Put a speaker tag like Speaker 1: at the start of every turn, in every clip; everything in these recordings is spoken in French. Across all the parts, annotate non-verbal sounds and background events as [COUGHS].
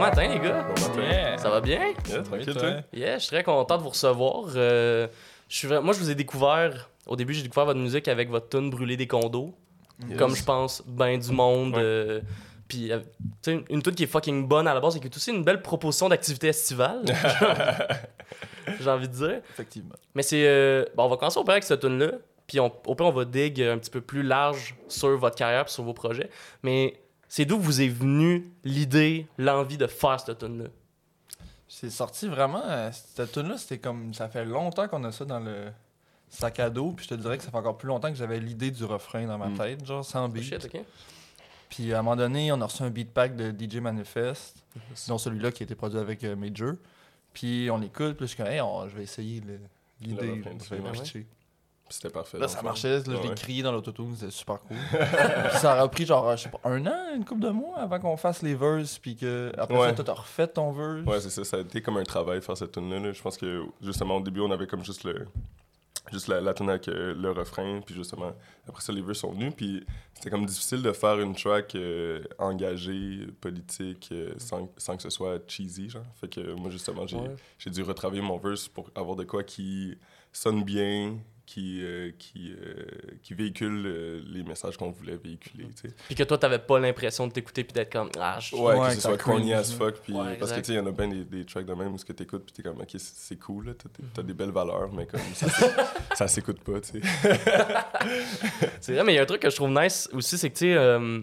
Speaker 1: matin, les gars.
Speaker 2: Bon matin.
Speaker 3: Yeah.
Speaker 1: Ça va bien?
Speaker 2: Yeah,
Speaker 3: Oui,
Speaker 2: tranquille,
Speaker 3: toi.
Speaker 2: toi.
Speaker 1: Yeah, je suis très content de vous recevoir. Euh, je suis vra- Moi, je vous ai découvert. Au début, j'ai découvert votre musique avec votre tune Brûler des condos.
Speaker 2: Yes.
Speaker 1: Comme je pense, ben du monde.
Speaker 2: Ouais.
Speaker 1: euh, Puis, euh, tu sais, une tune qui est fucking bonne à la base et qui est aussi une belle proposition d'activité
Speaker 2: [LAUGHS]
Speaker 1: estivale. j'ai envie de dire.
Speaker 2: Effectivement.
Speaker 1: Mais c'est. euh, bon, on va commencer au pire avec cette tune là Puis on, au pire, on va dig euh, un petit peu plus large sur votre carrière puis sur vos projets. Mais c'est d'où vous est venue l'idée, l'envie de faire cette tune là
Speaker 3: C'est sorti vraiment. euh, Cette tune là c'était comme. Ça fait longtemps qu'on a ça dans le sac à dos. Puis je te dirais que ça fait encore plus longtemps que j'avais l'idée du refrain dans ma
Speaker 2: Mm.
Speaker 3: tête, genre sans
Speaker 1: Oh
Speaker 3: beat.
Speaker 1: shit, ok?
Speaker 3: Puis à un moment donné, on a reçu un beat pack de DJ Manifest, dont celui-là qui a été produit avec euh, Major. Puis on l'écoute, puis je suis comme, hey, on- je vais essayer le-
Speaker 2: Le
Speaker 3: l'idée.
Speaker 2: refrain du
Speaker 3: Je vais
Speaker 2: film,
Speaker 1: ouais.
Speaker 3: pitcher.
Speaker 2: Puis C'était parfait.
Speaker 3: Là,
Speaker 2: dans
Speaker 3: ça
Speaker 2: le fond.
Speaker 3: marchait. Là, je l'ai
Speaker 2: Ouais.
Speaker 3: crié dans l'autotune, c'était super
Speaker 2: [LAUGHS]
Speaker 3: cool. Puis ça a pris genre, je sais pas, un an, une couple de mois avant qu'on fasse les verses, puis que après
Speaker 2: Ouais.
Speaker 3: ça, toi, t'as refait ton verse.
Speaker 2: Ouais, c'est ça. Ça a été comme un travail faire cette tune là Je pense que justement au début, on avait comme juste le juste la, la tune avec euh, le refrain, puis justement après ça les vœux sont venus, puis c'était comme difficile de faire une track euh, engagée, politique euh, sans, sans que ce soit cheesy genre. Fait que moi justement, j'ai
Speaker 1: Ouais.
Speaker 2: j'ai dû retravailler mon verse pour avoir de quoi qui sonne bien, qui euh, qui euh, qui véhicule euh, les messages qu'on voulait véhiculer, tu sais.
Speaker 1: Puis que toi, t'avais pas l'impression de t'écouter puis d'être comme Ah, je-
Speaker 2: Ouais,
Speaker 3: Ouais,
Speaker 2: que
Speaker 3: que
Speaker 2: ce
Speaker 3: ça
Speaker 2: soit
Speaker 3: cringe,
Speaker 2: corny as
Speaker 3: là.
Speaker 2: fuck. Puis,
Speaker 1: Ouais,
Speaker 2: parce
Speaker 1: exact.
Speaker 2: que tu sais, il y en a bien des, des tracks de même où ce que t'écoutes, puis t'es comme, ok, c'est- c'est cool, là, t'as- t'as
Speaker 3: Mhm.
Speaker 2: t'as des belles valeurs, mais comme
Speaker 3: [LAUGHS]
Speaker 2: ça, s'é- ça s'écoute pas, tu sais.
Speaker 1: C'est vrai, mais il y a un truc que je trouve nice aussi, c'est que, tu sais, euh,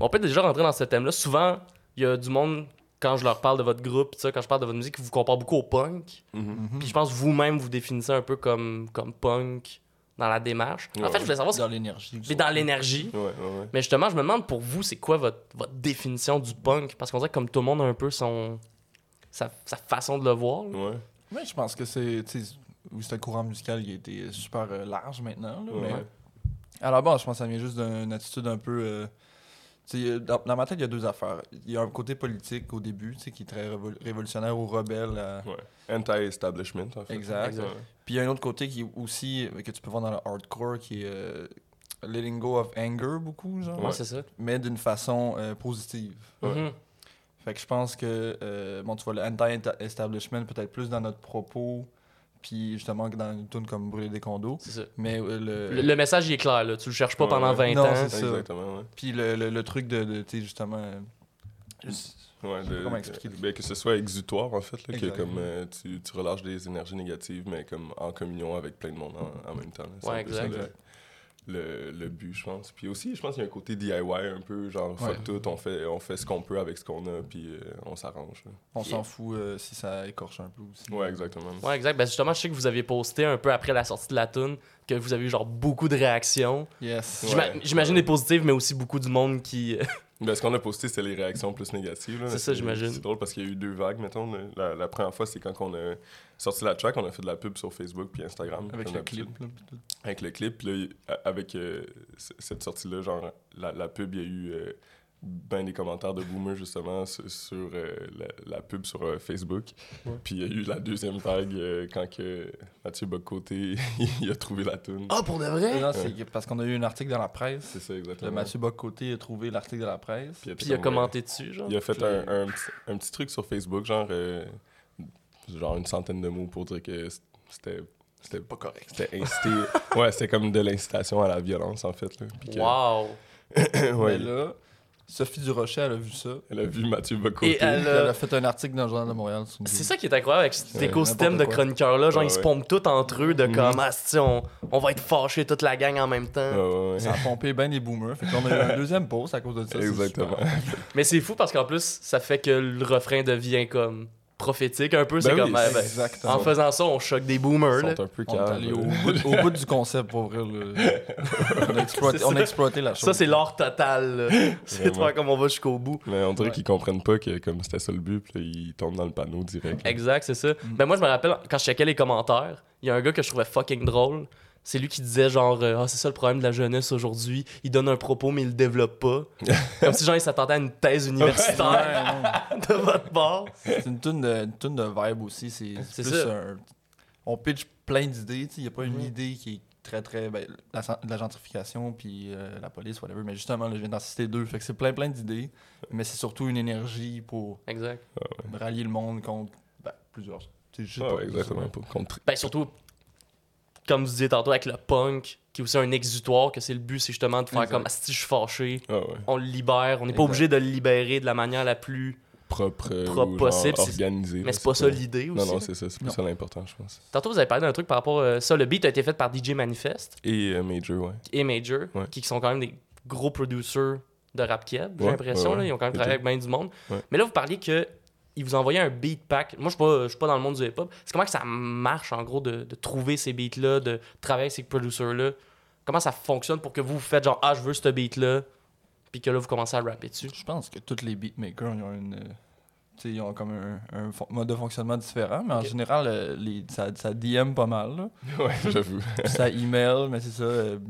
Speaker 1: on peut déjà rentrer dans ce thème-là. Souvent, il y a du monde, quand je leur parle de votre groupe, tu sais, quand je parle de votre musique, qui vous compare beaucoup au punk.
Speaker 3: Mhm.
Speaker 1: Puis je pense que vous-même, vous définissez un peu comme, comme punk dans la démarche. En
Speaker 2: Ouais.
Speaker 1: fait, je voulais savoir si
Speaker 3: Dans l'énergie.
Speaker 1: c'est dans l'énergie.
Speaker 2: Ouais, ouais, ouais.
Speaker 1: Mais justement, je me demande pour vous, c'est quoi votre, votre définition du punk? Parce qu'on dirait que comme tout le monde a un peu son, sa, sa façon de le voir. là.
Speaker 2: Ouais,
Speaker 3: Ouais, je pense que c'est. tu sais, Oui, c'est un courant musical qui a été super euh, large maintenant. Là,
Speaker 2: ouais.
Speaker 3: mais à la base, je pense que ça vient juste d'une attitude un peu. euh, tu sais, dans, dans ma tête, il y a deux affaires. Il y a un côté politique au début, tu sais, qui est très révol- révolutionnaire ou rebelle. à-
Speaker 2: ouais. Anti-establishment, en fait.
Speaker 3: Exact.
Speaker 1: Exact.
Speaker 2: Ouais.
Speaker 3: Puis il y a un autre côté qui est aussi euh, que tu peux voir dans le hardcore, qui est euh, letting go of anger beaucoup, genre,
Speaker 1: Ouais, c'est ça.
Speaker 3: mais d'une façon euh, positive.
Speaker 2: Ouais.
Speaker 1: Mhm.
Speaker 3: Fait que je pense que, euh, bon, tu vois, le anti-establishment peut-être plus dans notre propos, puis justement que dans une tune comme Brûler des condos,
Speaker 1: C'est ça.
Speaker 3: mais euh, le,
Speaker 1: Le, le message, il est clair, là. Tu le cherches pas
Speaker 2: Ouais,
Speaker 1: pendant 20
Speaker 2: ouais.
Speaker 3: Non,
Speaker 1: ans.
Speaker 3: c'est ça.
Speaker 2: Exactement, ouais.
Speaker 3: puis le, le- le truc de, de, tu sais, justement... euh,
Speaker 2: Ouais,
Speaker 3: Je sais pas
Speaker 2: de-
Speaker 3: comment
Speaker 2: de-
Speaker 3: expliquer.
Speaker 2: ben, que ce soit exutoire, en fait, là, que
Speaker 3: Exact.
Speaker 2: comme euh, tu, tu relâches des énergies négatives, mais comme en communion avec plein de monde en, en même temps. là. C'est
Speaker 1: Ouais,
Speaker 2: un peu ça,
Speaker 1: exact.
Speaker 2: Le, le, le but, je pense. Puis aussi, je pense qu'il y a un côté DIY un peu, genre,
Speaker 3: Ouais.
Speaker 2: fuck tout, on fait, on fait ce qu'on peut avec ce qu'on a, puis euh, on s'arrange. là.
Speaker 3: on
Speaker 1: Yeah.
Speaker 3: s'en fout euh, si ça écorche un peu aussi.
Speaker 2: Ouais, exactement.
Speaker 1: Ouais, exact. Ben justement, je sais que vous aviez posté un peu après la sortie de la tune que vous avez eu genre beaucoup de réactions.
Speaker 3: Yes.
Speaker 2: Ouais.
Speaker 1: J'ima- J'imagine des positives, mais aussi beaucoup du monde qui. euh,
Speaker 2: Ben, ce qu'on a posté, c'était les réactions plus négatives. là.
Speaker 1: C'est ça, j'imagine.
Speaker 2: C'est drôle parce qu'il y a eu deux vagues, mettons. là. La, la première fois, c'est quand on a sorti la track, on a fait de la pub sur Facebook puis Instagram.
Speaker 3: Avec
Speaker 2: comme
Speaker 3: le
Speaker 2: d'habitude.
Speaker 3: clip, là, puis tout.
Speaker 2: Avec le clip. Puis là, il- a- avec euh, c- cette sortie-là, genre, la, la pub, il y a eu euh, ben des commentaires de boomers, justement, sur, sur, euh, la, la pub sur euh, Facebook. Puis il y a eu la deuxième vague euh, quand que Mathieu Bocoté, [LAUGHS] il a trouvé la tune.
Speaker 1: Ah, pour de vrai?
Speaker 3: Non, c'est que- parce qu'on a eu un article dans la presse.
Speaker 2: C'est ça, exactement.
Speaker 3: Le Mathieu Bocoté a trouvé l'article de la presse.
Speaker 2: Puis
Speaker 1: [LAUGHS] Puis il a
Speaker 2: comme, euh,
Speaker 1: commenté dessus, genre.
Speaker 2: Il a fait un, un petit- un petit truc sur Facebook, genre, euh, genre une centaine de mots pour dire que c'était. C'était pas correct. C'était incité. ouais, c'était comme de l'incitation à la violence, en fait. Là. Puis que-
Speaker 1: Wow!
Speaker 3: euh,
Speaker 2: ouais,
Speaker 3: Mais là, Sophie Durocher, elle a vu ça.
Speaker 2: Elle a vu Mathieu Bocoté.
Speaker 1: Et euh, elle-
Speaker 3: Puis Elle a fait un article dans le Journal de Montréal. sur nous.
Speaker 1: C'est ça qui est incroyable avec cet
Speaker 2: Ouais,
Speaker 1: écosystème de
Speaker 3: n'importe quoi.
Speaker 1: chroniqueurs-là. Genre,
Speaker 2: Ouais,
Speaker 1: ils se
Speaker 2: ouais.
Speaker 1: pompent tous entre eux de
Speaker 2: Mhm.
Speaker 1: comme, ah, si, on, on va être fâchés toute la gang en même temps.
Speaker 2: Ouais, ouais,
Speaker 3: Ça a pompé bien les boomers. Fait qu'on a eu un deuxième pause à cause de ça.
Speaker 2: ouais.
Speaker 3: c'est
Speaker 2: Exactement.
Speaker 3: super.
Speaker 2: [LAUGHS]
Speaker 1: Mais c'est fou parce qu'en plus, ça fait que le refrain devient comme prophétique un peu. c'est
Speaker 2: oui,
Speaker 1: comme, eh ben,
Speaker 3: exactement.
Speaker 1: en faisant ça, on choque des boomers.
Speaker 2: Ils
Speaker 1: là.
Speaker 2: sont un peu
Speaker 3: On est allé
Speaker 2: calmes.
Speaker 3: au,
Speaker 2: là.
Speaker 3: bout, au bout du concept pour vrai. [LAUGHS] là. On, a exploité,
Speaker 1: C'est
Speaker 3: on a
Speaker 1: ça.
Speaker 3: exploité la chose.
Speaker 1: Ça, c'est l'art total. là. [GASPS] C'est de
Speaker 2: Vraiment.
Speaker 1: faire comme on va jusqu'au bout.
Speaker 2: Mais on dirait
Speaker 3: Ouais.
Speaker 2: qu'ils comprennent pas que comme c'était ça le but, puis là, ils tombent dans le panneau direct. là.
Speaker 1: Exact, c'est ça. Ben moi, je me rappelle, quand je checkais les commentaires, il y a un gars que je trouvais fucking drôle. C'est lui qui disait genre, euh, ah, c'est ça le problème de la jeunesse aujourd'hui. Il donne un propos, mais il le développe [LAUGHS] pas. Comme si genre, il s'attendait à une thèse universitaire
Speaker 3: Ouais, non.
Speaker 1: [LAUGHS] de votre part.
Speaker 3: C'est une tune de, une toune de vibe aussi. C'est
Speaker 1: C'est
Speaker 3: plus
Speaker 1: ça.
Speaker 3: un- On pitch plein d'idées. Il n'y a pas une
Speaker 1: Mhm.
Speaker 3: idée qui est très, très. ben, la, cen- la gentrification, puis euh, la police, whatever. Mais justement, là, je viens d'en citer deux. Fait que c'est plein, plein d'idées. Mais c'est surtout une énergie pour
Speaker 1: Exact.
Speaker 3: rallier le monde contre ben, plusieurs. Tu sais, je sais
Speaker 2: Ah Ouais,
Speaker 3: pas,
Speaker 2: ouais,
Speaker 3: je sais
Speaker 2: exactement.
Speaker 3: pas.
Speaker 2: Pour contrer.
Speaker 1: Ben surtout, comme vous disiez tantôt, avec le punk, qui est aussi un exutoire, que c'est le but, c'est justement de faire
Speaker 3: Exact.
Speaker 1: comme si je suis fâché,
Speaker 2: Ah ouais.
Speaker 1: on le libère. On n'est pas
Speaker 3: Exact.
Speaker 1: obligé de le libérer de la manière la plus.
Speaker 2: Propre, euh,
Speaker 1: Propre
Speaker 2: ou genre
Speaker 1: possible, c'est-
Speaker 2: organisé.
Speaker 1: Mais
Speaker 2: là,
Speaker 1: c'est pas ça l'idée aussi.
Speaker 2: Non, non,
Speaker 1: là.
Speaker 2: c'est ça. C'est plus
Speaker 3: Non.
Speaker 2: ça l'important, je pense.
Speaker 1: Tantôt, vous avez parlé d'un truc par rapport à ça. Le beat a été fait par DJ Manifest
Speaker 2: Et euh, Major, ouais.
Speaker 1: [LAUGHS] et Major,
Speaker 2: Ouais.
Speaker 1: qui qui sont quand même des gros producers de rap keb, j'ai
Speaker 2: Ouais,
Speaker 1: l'impression.
Speaker 2: ouais, ouais.
Speaker 1: là. Ils ont quand même
Speaker 2: Ok.
Speaker 1: travaillé avec bien du monde.
Speaker 2: Ouais.
Speaker 1: Mais là, vous parliez que ils vous envoyaient un beat pack. Moi, je suis pas, je suis pas dans le monde du hip-hop. C'est comment que ça marche, en gros, de, de trouver ces beats-là, de travailler avec ces producers-là? Comment ça fonctionne pour que vous vous faites genre « Ah, je veux ce beat-là », puis que là, vous commencez à rapper dessus?
Speaker 3: Je pense que tous les beatmakers ils ont une. euh, tu sais, Ils ont comme un, un fon- mode de fonctionnement différent, mais en
Speaker 1: Ok.
Speaker 3: général, euh, les, ça, ça DM pas mal. là.
Speaker 2: ouais, j'avoue.
Speaker 3: Puis ça email, mais c'est ça. euh,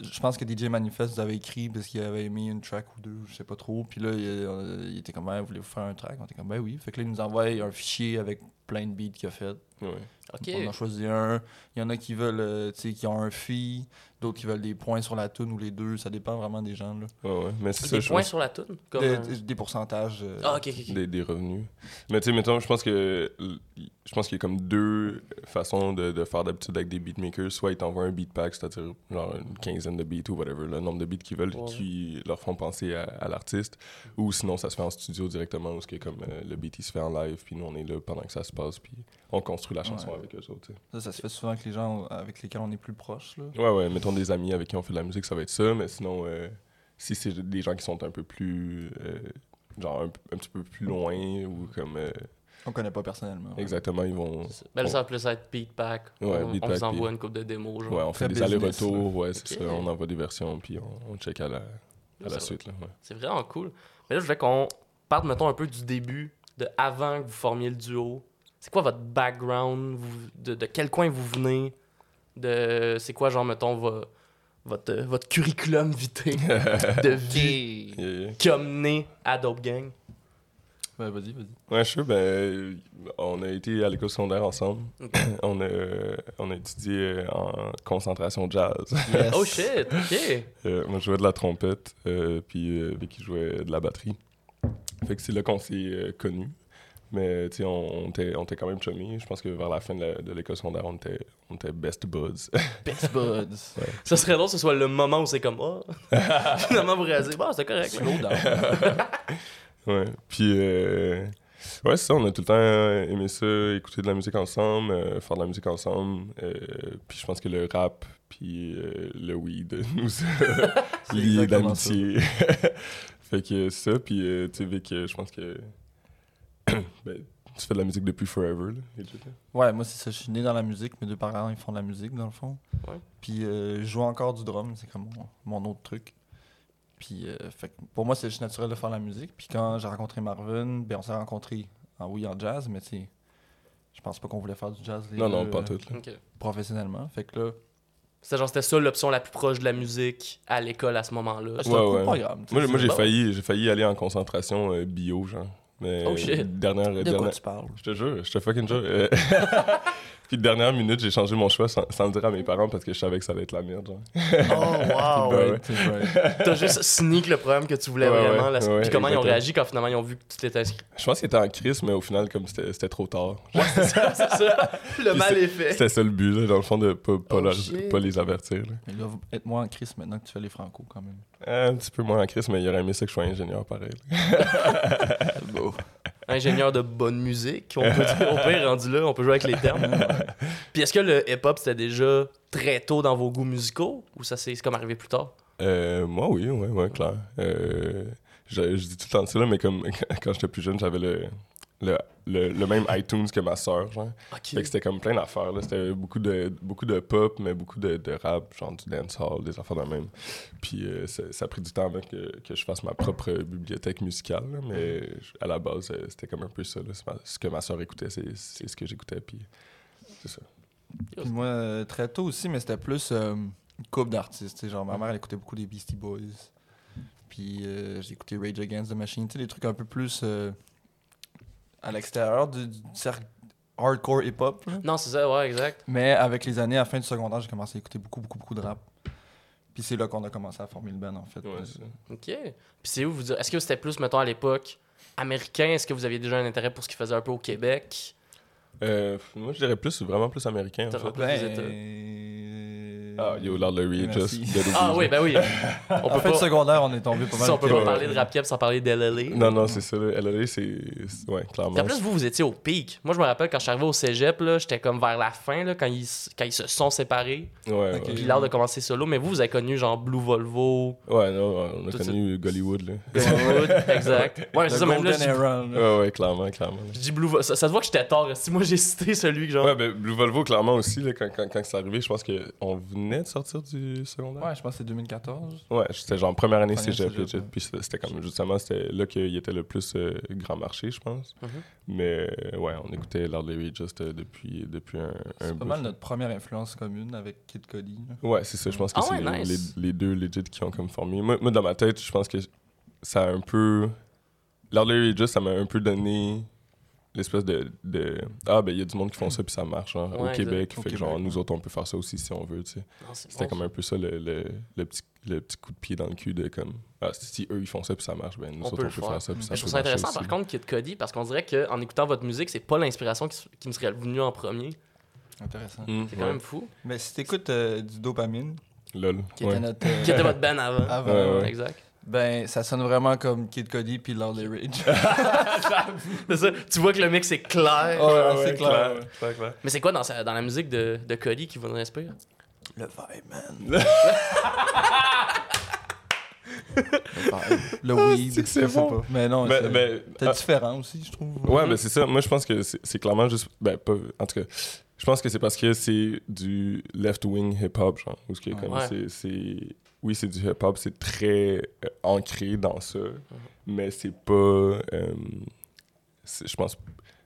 Speaker 3: je pense que DJ Manifest vous avait écrit parce qu'il avait mis une track ou deux, je sais pas trop. Puis là, il, euh, il était comme, ben, voulez-vous faire un track On était comme, ben oui. Fait que là, il nous envoie un fichier avec plein de beats qu'il a fait.
Speaker 2: Ouais.
Speaker 1: OK.
Speaker 3: On en choisit un. Il y en a qui veulent, euh, tu sais, qui ont un fee, d'autres qui veulent des points sur la tune ou les deux. Ça dépend vraiment des gens. Là.
Speaker 2: Ouais, ouais. Mais c'est ça,
Speaker 1: Des
Speaker 2: je
Speaker 1: points
Speaker 2: pense.
Speaker 1: sur la toune? Comme,
Speaker 3: Des,
Speaker 1: euh,
Speaker 3: des pourcentages. euh,
Speaker 1: Ah, OK, OK, OK.
Speaker 2: Des, des revenus. Mais tu sais, mettons, je pense que l- je pense qu'il y a comme deux façons de, de faire d'habitude avec des beatmakers. Soit ils t'envoient un beat pack, c'est-à-dire genre une quinzaine de beats ou whatever, le nombre de beats qu'ils veulent,
Speaker 1: Ouais.
Speaker 2: qui leur font penser à, à l'artiste. Ou sinon, ça se fait en studio directement, où ce que comme euh, le beat il se fait en live, puis nous on est là pendant que ça se passe, puis on construit la chanson
Speaker 3: Ouais.
Speaker 2: avec eux autres. tu sais.
Speaker 3: Ça, ça se fait souvent avec les gens avec lesquels on est plus proche. Là.
Speaker 2: Ouais, ouais, mettons des amis avec qui on fait de la musique, ça va être ça. Mais sinon, euh, si c'est des gens qui sont un peu plus. euh, genre un, un petit peu plus loin, ou comme. euh,
Speaker 3: On connaît pas personnellement. ouais.
Speaker 2: exactement, ils vont.
Speaker 1: Ben, là, ça va plus être beat pack.
Speaker 2: Ouais,
Speaker 1: on
Speaker 2: beat
Speaker 1: on
Speaker 2: pack,
Speaker 1: vous envoie une coupe de démos, genre.
Speaker 2: Ouais, on fait
Speaker 3: Très
Speaker 2: des
Speaker 3: business,
Speaker 2: allers-retours, ouais,
Speaker 1: Ok.
Speaker 2: c'est ça. On envoie des versions, puis on, on check à la, à la
Speaker 1: Ça-
Speaker 2: suite. Là, ouais.
Speaker 1: C'est vraiment cool. Mais là, je voulais qu'on parte, mettons, un peu du début, de avant que vous formiez le duo. C'est quoi votre background? Vous- de, de quel coin vous venez? De, c'est quoi, genre, mettons, vo- votre, euh, votre curriculum vitae de vie
Speaker 2: Yeah, yeah.
Speaker 1: qui a mené à Dope Gang?
Speaker 3: Ouais, vas-y, vas-y.
Speaker 2: Ouais, je suis, ben, on a été à l'école secondaire ensemble.
Speaker 1: Ok.
Speaker 2: [CLEARS THROAT] on, a, on a étudié euh, en concentration jazz. [LAUGHS]
Speaker 3: Yes.
Speaker 1: Oh shit! OK!
Speaker 2: Euh, moi, je jouais de la trompette, euh, puis euh, Vicky jouait de la batterie. Fait que c'est là qu'on s'est euh, connus. Mais tu sais, on, on était on était quand même chummy. Je pense que vers la fin de la- de l'école secondaire, on était, on était best buds.
Speaker 3: Best buds.
Speaker 1: Ça serait drôle que ce soit le moment où c'est comme, oh! Finalement, vous réalisez, bon, c'est correct. là.
Speaker 3: Slow down.
Speaker 2: Ouais. Puis, euh, ouais, c'est ça, on a tout le temps euh, aimé ça, écouter de la musique ensemble, euh, faire de la musique ensemble. euh, puis je pense que le rap, puis euh, le weed [LAUGHS] nous a liés
Speaker 3: exactement ça.
Speaker 2: d'amitié. [LAUGHS] fait que c'est ça, puis euh, tu sais, Vic, euh, je pense que [COUGHS] ben, tu fais de la musique depuis forever, là, et tout, là.
Speaker 3: Ouais, moi, c'est ça. Je suis né dans la musique. Mes deux parents, ils font de la musique, dans le fond.
Speaker 1: Ouais.
Speaker 3: Puis, euh, je joue encore du drum. C'est comme mon, mon autre truc. Puis, euh, fait que pour moi, c'est juste naturel de faire de la musique. Puis, quand j'ai rencontré Marvin, ben, on s'est rencontrés en oui, en jazz, mais tu sais, je pense pas qu'on voulait faire du jazz. les
Speaker 2: Non,
Speaker 3: deux,
Speaker 2: non, pas
Speaker 3: euh,
Speaker 2: tout, là.
Speaker 1: OK.
Speaker 3: Professionnellement. Fait que là,
Speaker 1: C'était genre, c'était ça l'option la plus proche de la musique à l'école à ce moment-là.
Speaker 3: c'est un
Speaker 2: Ouais,
Speaker 3: cool
Speaker 2: ouais.
Speaker 3: programme. tu sais,
Speaker 2: Moi, moi,
Speaker 1: c'est
Speaker 2: j'ai
Speaker 1: bon.
Speaker 2: failli, j'ai failli aller en concentration euh, bio, genre. Mais
Speaker 1: Oh, shit.
Speaker 2: euh, Dernière,
Speaker 3: de quoi
Speaker 2: dernière-
Speaker 3: tu parles?
Speaker 2: Je te jure, je te fucking jure. euh. [LAUGHS] Puis dernière minute, j'ai changé mon choix sans, sans le dire à mes parents parce que je savais que ça allait être la merde. Genre.
Speaker 1: Oh, wow!
Speaker 2: Ah ouais.
Speaker 3: Right, right.
Speaker 2: [LAUGHS]
Speaker 1: T'as juste sneak le problème que tu voulais
Speaker 2: Ouais,
Speaker 1: vraiment.
Speaker 2: ouais,
Speaker 1: la-
Speaker 2: ouais,
Speaker 1: puis comment ils ont
Speaker 2: exactement.
Speaker 1: réagi quand finalement ils ont vu que tu t'étais inscrit.
Speaker 2: Je pense qu'ils étaient en crise, mais au final, comme c'était c'était trop tard.
Speaker 1: C'est ça, c'est
Speaker 2: [LAUGHS]
Speaker 1: ça. Le
Speaker 2: Puis
Speaker 1: mal est fait.
Speaker 2: C'était ça le but, là, dans le fond, de pas, pas
Speaker 1: Oh,
Speaker 2: leur-
Speaker 1: shit.
Speaker 2: pas les avertir. là. Euh,
Speaker 3: Mais là, être moins en crise maintenant que tu fais les franco quand même.
Speaker 2: Un petit peu moins en crise, mais ils auraient aimé ça que je sois ingénieur pareil. là.
Speaker 1: Ingénieur de bonne musique, on peut dire. Au pire, rendu là, on peut jouer avec les termes. Puis est-ce que le hip-hop, c'était déjà très tôt dans vos goûts musicaux ou ça c'est c'est comme arrivé plus tard?
Speaker 2: Euh, moi, oui, ouais, ouais, clair. Euh, je, je dis tout le temps ça, là, mais comme [LAUGHS] quand j'étais plus jeune, j'avais le, le, le, le même iTunes que ma sœur. genre.
Speaker 1: Ok.
Speaker 2: Fait que c'était comme plein d'affaires. là. C'était beaucoup de, beaucoup de pop, mais beaucoup de, de rap, genre du dancehall, des affaires de même. Puis euh, ça, ça a pris du temps avant que, que je fasse ma propre bibliothèque musicale. là, Mais je- à la base, euh, c'était comme un peu ça. là. C'est ma- ce que ma soeur écoutait, c'est c'est ce que j'écoutais. Puis c'est ça.
Speaker 3: Puis moi, euh, très tôt aussi, mais c'était plus euh, une couple d'artistes. tu sais, Genre, ma
Speaker 1: Mm.
Speaker 3: mère, elle écoutait beaucoup des Beastie Boys. Puis euh, j'ai écouté Rage Against the Machine. Tu sais, des trucs un peu plus euh, à l'extérieur du, du cercle hardcore hip-hop. là.
Speaker 1: Non, c'est ça, ouais, exact.
Speaker 3: Mais avec les années, à la fin du secondaire, j'ai commencé à écouter beaucoup, beaucoup, beaucoup de rap. Puis c'est là qu'on a commencé à former le band, en fait. Euh,
Speaker 2: Ouais, c'est ça.
Speaker 1: OK. Puis c'est où vous dire Est-ce que c'était plus, mettons, à l'époque, américain Est-ce que vous aviez déjà un intérêt pour ce qu'ils faisaient un peu au Québec
Speaker 2: Euh, moi, je dirais plus, vraiment plus américain, en
Speaker 1: T'as-
Speaker 2: fait.
Speaker 1: Vous êtes, euh,
Speaker 3: ben...
Speaker 2: Ah, yo, Lord Larry,
Speaker 3: Merci.
Speaker 2: just get it
Speaker 1: Ah
Speaker 2: easy.
Speaker 1: oui, ben oui. On
Speaker 3: En
Speaker 1: peut
Speaker 3: fait,
Speaker 1: pas.
Speaker 3: le secondaire, on est tombé
Speaker 1: [LAUGHS]
Speaker 3: pas mal.
Speaker 1: ça, on peut
Speaker 2: Ouais,
Speaker 1: pas
Speaker 2: ouais.
Speaker 1: parler de rap cap sans parler d'LLA.
Speaker 2: Non, non, c'est ça, là. LLA, c'est. c'est- Ouais,
Speaker 1: Puis
Speaker 2: clairement.
Speaker 1: en plus, vous, vous étiez au pic. Moi, je me rappelle quand je suis arrivé au cégep, là, j'étais comme vers la fin, là, quand, ils, s- quand ils se sont séparés.
Speaker 2: Ouais, ouais.
Speaker 3: Ok.
Speaker 1: Puis l'art de commencer solo. Mais vous, vous avez connu genre Blue Volvo,
Speaker 2: Ouais, non, ouais, on a
Speaker 1: Tout
Speaker 2: connu Gollywood, là.
Speaker 1: Goldwood. exact. Ouais,
Speaker 3: Le
Speaker 1: c'est ça, même là. Euh.
Speaker 3: Golden
Speaker 1: Je dis-
Speaker 3: Era. là.
Speaker 2: Ouais, ouais, clairement, clairement. là.
Speaker 1: je dis Blue Volvo. Ça, ça se voit que j'étais tort. Si moi, j'ai cité celui que genre.
Speaker 2: Ouais, ben, Blue Volvo, clairement aussi, là, quand, quand, quand c'est arrivé, je pense qu'on venait de sortir du secondaire.
Speaker 3: Ouais, je pense que c'est 2014.
Speaker 2: Ouais, c'était genre première année
Speaker 3: Première
Speaker 2: cégep,
Speaker 3: cégep,
Speaker 2: legit.
Speaker 3: ouais.
Speaker 2: Puis c'était c'était comme justement, c'était là qu'il était le plus euh, grand marché, je pense.
Speaker 1: Mhm.
Speaker 2: Mais euh, ouais, on écoutait Lord Larry just euh, depuis, depuis un, un
Speaker 3: C'est pas
Speaker 2: bout.
Speaker 3: mal notre première influence commune avec Kid Cody. là.
Speaker 2: Ouais, c'est ça. Je pense que
Speaker 1: Ah
Speaker 2: c'est
Speaker 1: ouais,
Speaker 2: les-
Speaker 1: nice.
Speaker 2: les, les deux legit qui ont comme formé. Moi, moi, dans ma tête, je pense que ça a un peu. Lord Larry just, ça m'a un peu donné l'espèce de, de. Ah, ben il y a du monde qui font ça, puis ça marche, genre,
Speaker 1: Ouais,
Speaker 2: au
Speaker 1: exact.
Speaker 2: Québec.
Speaker 3: Au
Speaker 2: fait que
Speaker 3: Québec,
Speaker 2: genre,
Speaker 3: ouais.
Speaker 2: nous autres, on peut faire ça aussi si on veut, tu sais.
Speaker 1: Non, c'est
Speaker 2: C'était
Speaker 1: bon,
Speaker 2: comme un peu ça le, le, le petit, le petit coup de pied dans le cul de comme ah, si eux ils font ça puis ça marche, ben nous
Speaker 1: On
Speaker 2: autres
Speaker 1: peut
Speaker 2: on
Speaker 1: le
Speaker 2: peut
Speaker 1: faire.
Speaker 2: faire ça puis ça
Speaker 1: Mais je trouve ça
Speaker 2: peut marcher
Speaker 1: intéressant
Speaker 2: aussi.
Speaker 1: par contre Kid Cody parce qu'on dirait qu'en écoutant votre musique, c'est pas l'inspiration qui, s- qui me serait venue en premier.
Speaker 3: Intéressant.
Speaker 2: Mm,
Speaker 1: C'est quand
Speaker 2: ouais.
Speaker 1: même fou.
Speaker 3: Mais si t'écoutes euh, du dopamine,
Speaker 2: Lol.
Speaker 3: qui
Speaker 2: Ouais.
Speaker 3: était notre. euh,
Speaker 1: Qui était votre band avant.
Speaker 3: avant,
Speaker 2: Ouais, ouais.
Speaker 1: Exact. [LAUGHS]
Speaker 3: Ben, ça sonne vraiment comme Kid Cody puis Lord Ridge.
Speaker 1: C'est ça. Tu vois que le mix est clair.
Speaker 3: Ouais, ouais, [LAUGHS] c'est clair.
Speaker 2: clair, clair.
Speaker 1: Mais c'est quoi dans, sa- dans la musique de, de Cody qui vous inspire
Speaker 3: Le vibe, man. Le vibe. Le weed,
Speaker 2: c'est que c'est
Speaker 3: je sais
Speaker 2: bon.
Speaker 3: pas. Mais non,
Speaker 2: Ben,
Speaker 3: c'est
Speaker 1: euh,
Speaker 2: ben,
Speaker 3: t'es
Speaker 2: ah,
Speaker 3: différent aussi, je trouve.
Speaker 1: Mhm.
Speaker 2: ouais, mais c'est ça. Moi je pense que c'est c'est clairement juste ben pas en tout cas je pense que c'est parce que c'est du left wing hip hop genre où ce qui est comme
Speaker 1: Ah, Ouais.
Speaker 2: c'est- c'est oui c'est du hip hop c'est très euh, ancré dans ça
Speaker 1: Mhm.
Speaker 2: mais c'est pas euh, c'est- je pense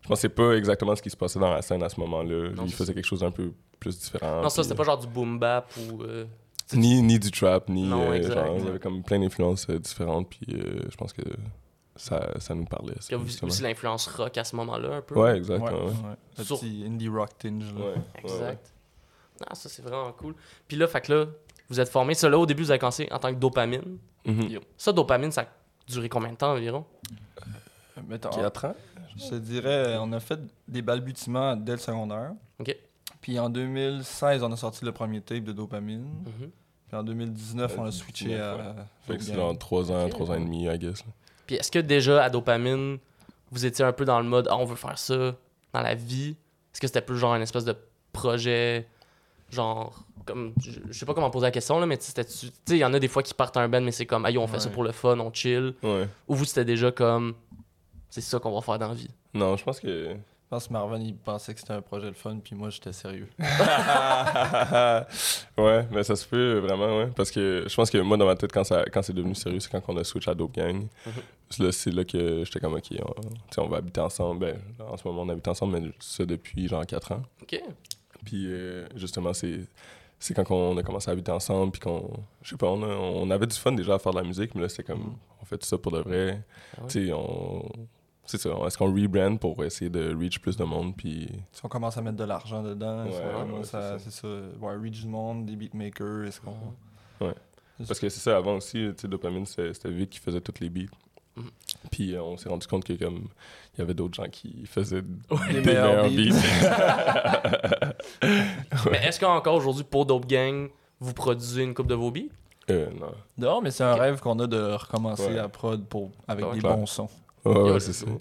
Speaker 2: je pense que c'est pas exactement ce qui se passait dans la scène à ce moment-là
Speaker 1: Non,
Speaker 2: il
Speaker 1: c'est
Speaker 2: faisait quelque chose d'un peu plus différent
Speaker 1: Non, ça,
Speaker 2: puis-
Speaker 1: c'était pas genre du boom bap ou. euh,
Speaker 2: ni, ni du trap, ni.
Speaker 1: Non,
Speaker 2: euh,
Speaker 1: exact,
Speaker 2: genre, il y
Speaker 1: exact.
Speaker 2: avait comme plein d'influences euh, différentes, puis euh, je pense que ça, ça nous parlait.
Speaker 1: que
Speaker 2: ça,
Speaker 1: vous-
Speaker 2: justement.
Speaker 1: aussi l'influence rock à ce moment-là, un peu.
Speaker 2: Ouais, exact.
Speaker 3: Ouais,
Speaker 2: ouais, ouais.
Speaker 3: ouais. Le
Speaker 1: Sur-
Speaker 3: petit indie rock tinge. Là.
Speaker 2: Ouais, ouais, ouais.
Speaker 1: Exact. Ah, ça, c'est vraiment cool. Puis là, fait que là, vous êtes formé. Ça, là, au début, vous avez commencé en tant que dopamine.
Speaker 2: Mhm.
Speaker 1: Ça, dopamine, ça a duré combien de temps environ
Speaker 3: Mais t'as-
Speaker 2: Quatre ans?
Speaker 3: je te dirais, on a fait des balbutiements dès le secondaire.
Speaker 1: Ok.
Speaker 3: Puis en 2016, on a sorti le premier tape de dopamine.
Speaker 1: Mhm.
Speaker 3: Puis en 2019, on a switché à.
Speaker 2: ouais. Fait que c'est
Speaker 3: Dope
Speaker 2: genre
Speaker 3: Gang.
Speaker 2: 3 ans,
Speaker 1: Ok.
Speaker 2: 3 ans et demi, I guess. là.
Speaker 1: Puis est-ce que déjà à dopamine, vous étiez un peu dans le mode Ah, on veut faire ça dans la vie Est-ce que c'était plus genre une espèce de projet genre comme je, je sais pas comment poser la question là mais tu sais, c'était- tu tu sais il y en a des fois qui partent un band mais c'est comme aïe on fait ça
Speaker 3: Ouais.
Speaker 1: pour le fun, on chill
Speaker 2: Ouais.
Speaker 1: ou vous c'était déjà comme c'est ça qu'on va faire dans la vie.
Speaker 2: Non, je pense que. [LAUGHS]
Speaker 3: Je pense que Marvin, il pensait que c'était un projet de fun, puis moi, j'étais sérieux. [LAUGHS]
Speaker 2: ouais, mais ça se peut euh, vraiment, ouais. Parce que je pense que moi, dans ma tête, quand, ça, quand c'est devenu sérieux, c'est quand on a switch à Dope Gang. Là, c'est là que j'étais comme, OK, on, tu sais, on va habiter ensemble. Ben, en ce moment, on habite ensemble, mais ça depuis genre 4 ans.
Speaker 1: OK.
Speaker 2: Puis euh, justement, c'est c'est quand on a commencé à habiter ensemble, puis qu'on, je sais pas, on, a- on avait du fun déjà à faire de la musique, mais là c'est comme, on fait tout ça pour de vrai.
Speaker 1: Ah ouais.
Speaker 2: Tu sais, on, c'est ça, est-ce qu'on rebrand pour essayer de reach plus de monde, puis
Speaker 3: Si on commence à mettre de l'argent dedans,
Speaker 2: Ouais,
Speaker 3: si on
Speaker 2: ouais,
Speaker 3: commence
Speaker 2: ouais,
Speaker 3: à-
Speaker 2: c'est
Speaker 3: c'est ça, ouais, reach du monde, des beatmakers, est-ce qu'on...
Speaker 2: parce que c'est ça avant aussi, tu sais, dopamine, c'était c'était Vic qui faisait toutes les beats.
Speaker 1: Mhm.
Speaker 2: Puis euh, on s'est rendu compte que comme il y avait d'autres gens qui faisaient
Speaker 3: Des
Speaker 2: des
Speaker 3: meilleurs
Speaker 2: meilleurs beats.
Speaker 1: Mais est-ce qu'encore aujourd'hui pour Dope Gang, vous produisez une coupe de vos beats
Speaker 2: [LAUGHS] Euh, non.
Speaker 3: Non, mais c'est un
Speaker 1: Ok.
Speaker 3: rêve qu'on a de recommencer
Speaker 2: Ouais.
Speaker 3: à prod pour, avec
Speaker 1: Ouais,
Speaker 3: des
Speaker 2: clair.
Speaker 3: bons sons.
Speaker 2: Ouais,
Speaker 1: Yo,
Speaker 2: ouais,
Speaker 1: le
Speaker 2: c'est ça.
Speaker 1: flow.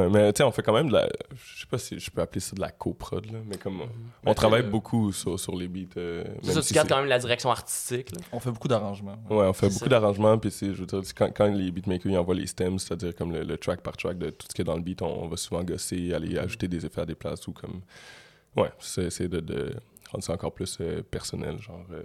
Speaker 2: Ouais, mais tu sais, on fait quand même de la. Je sais pas si je peux appeler ça de la coprod, là, mais comme. On
Speaker 3: Mais,
Speaker 2: travaille
Speaker 3: euh,
Speaker 2: beaucoup sur, sur les beats. euh,
Speaker 1: C'est
Speaker 2: même
Speaker 1: ça
Speaker 2: si
Speaker 1: tu gardes quand même la direction artistique là.
Speaker 3: On fait beaucoup d'arrangements. ouais.
Speaker 2: Ouais, on fait
Speaker 1: C'est ça.
Speaker 2: beaucoup d'arrangements, puis c'est- je veux dire, c'est quand, quand les beatmakers ils envoient les stems, c'est-à-dire comme le, le track par track de tout ce qui est dans le beat, on, on va souvent gosser,
Speaker 1: Mm-hmm.
Speaker 2: aller ajouter des effets à des places ou comme. Ouais, c'est c'est de, de rendre ça encore plus euh, personnel, genre, euh,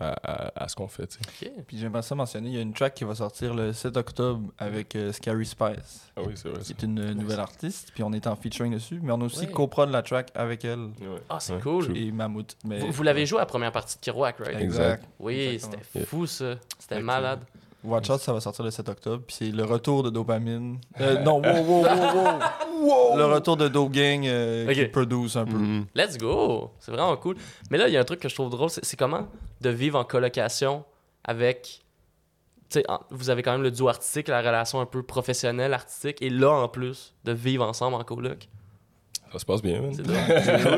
Speaker 2: à, à- à ce qu'on fait, tu sais.
Speaker 1: OK.
Speaker 3: Puis j'aimerais ça mentionner, il y a une track qui va sortir le 7 octobre avec euh, Scary Spice,
Speaker 2: Ah oui, c'est vrai.
Speaker 3: qui
Speaker 2: ça.
Speaker 3: est une nouvelle artiste, puis on est en featuring dessus, mais on a aussi
Speaker 1: Ouais.
Speaker 3: coprod la track avec elle
Speaker 2: Ouais.
Speaker 1: Ah, c'est
Speaker 2: Ouais,
Speaker 1: cool.
Speaker 2: true.
Speaker 3: et Mammouth. Mais...
Speaker 1: Vous, vous l'avez joué à la première partie de Kiroak, right?
Speaker 2: Exact.
Speaker 1: Oui,
Speaker 3: Exactement.
Speaker 1: c'était fou ça. C'était malade.
Speaker 3: [LAUGHS] Watch Out, ça va sortir le 7 octobre, puis c'est le retour de dopamine. Euh, non, wow, wow, wow, wow!
Speaker 2: Wow!
Speaker 3: Euh, Le retour de Doe Gang euh, qui
Speaker 1: Ok.
Speaker 3: produce un peu.
Speaker 2: Mhm.
Speaker 1: Let's go! C'est vraiment cool. Mais là, il y a un truc que je trouve drôle, c'est c'est comment de vivre en colocation avec. Tu sais, en- vous avez quand même le duo artistique, la relation un peu professionnelle, artistique, et là, en plus, de vivre ensemble en coloc.
Speaker 2: Ça se passe bien, man. [LAUGHS]
Speaker 1: C'est drôle.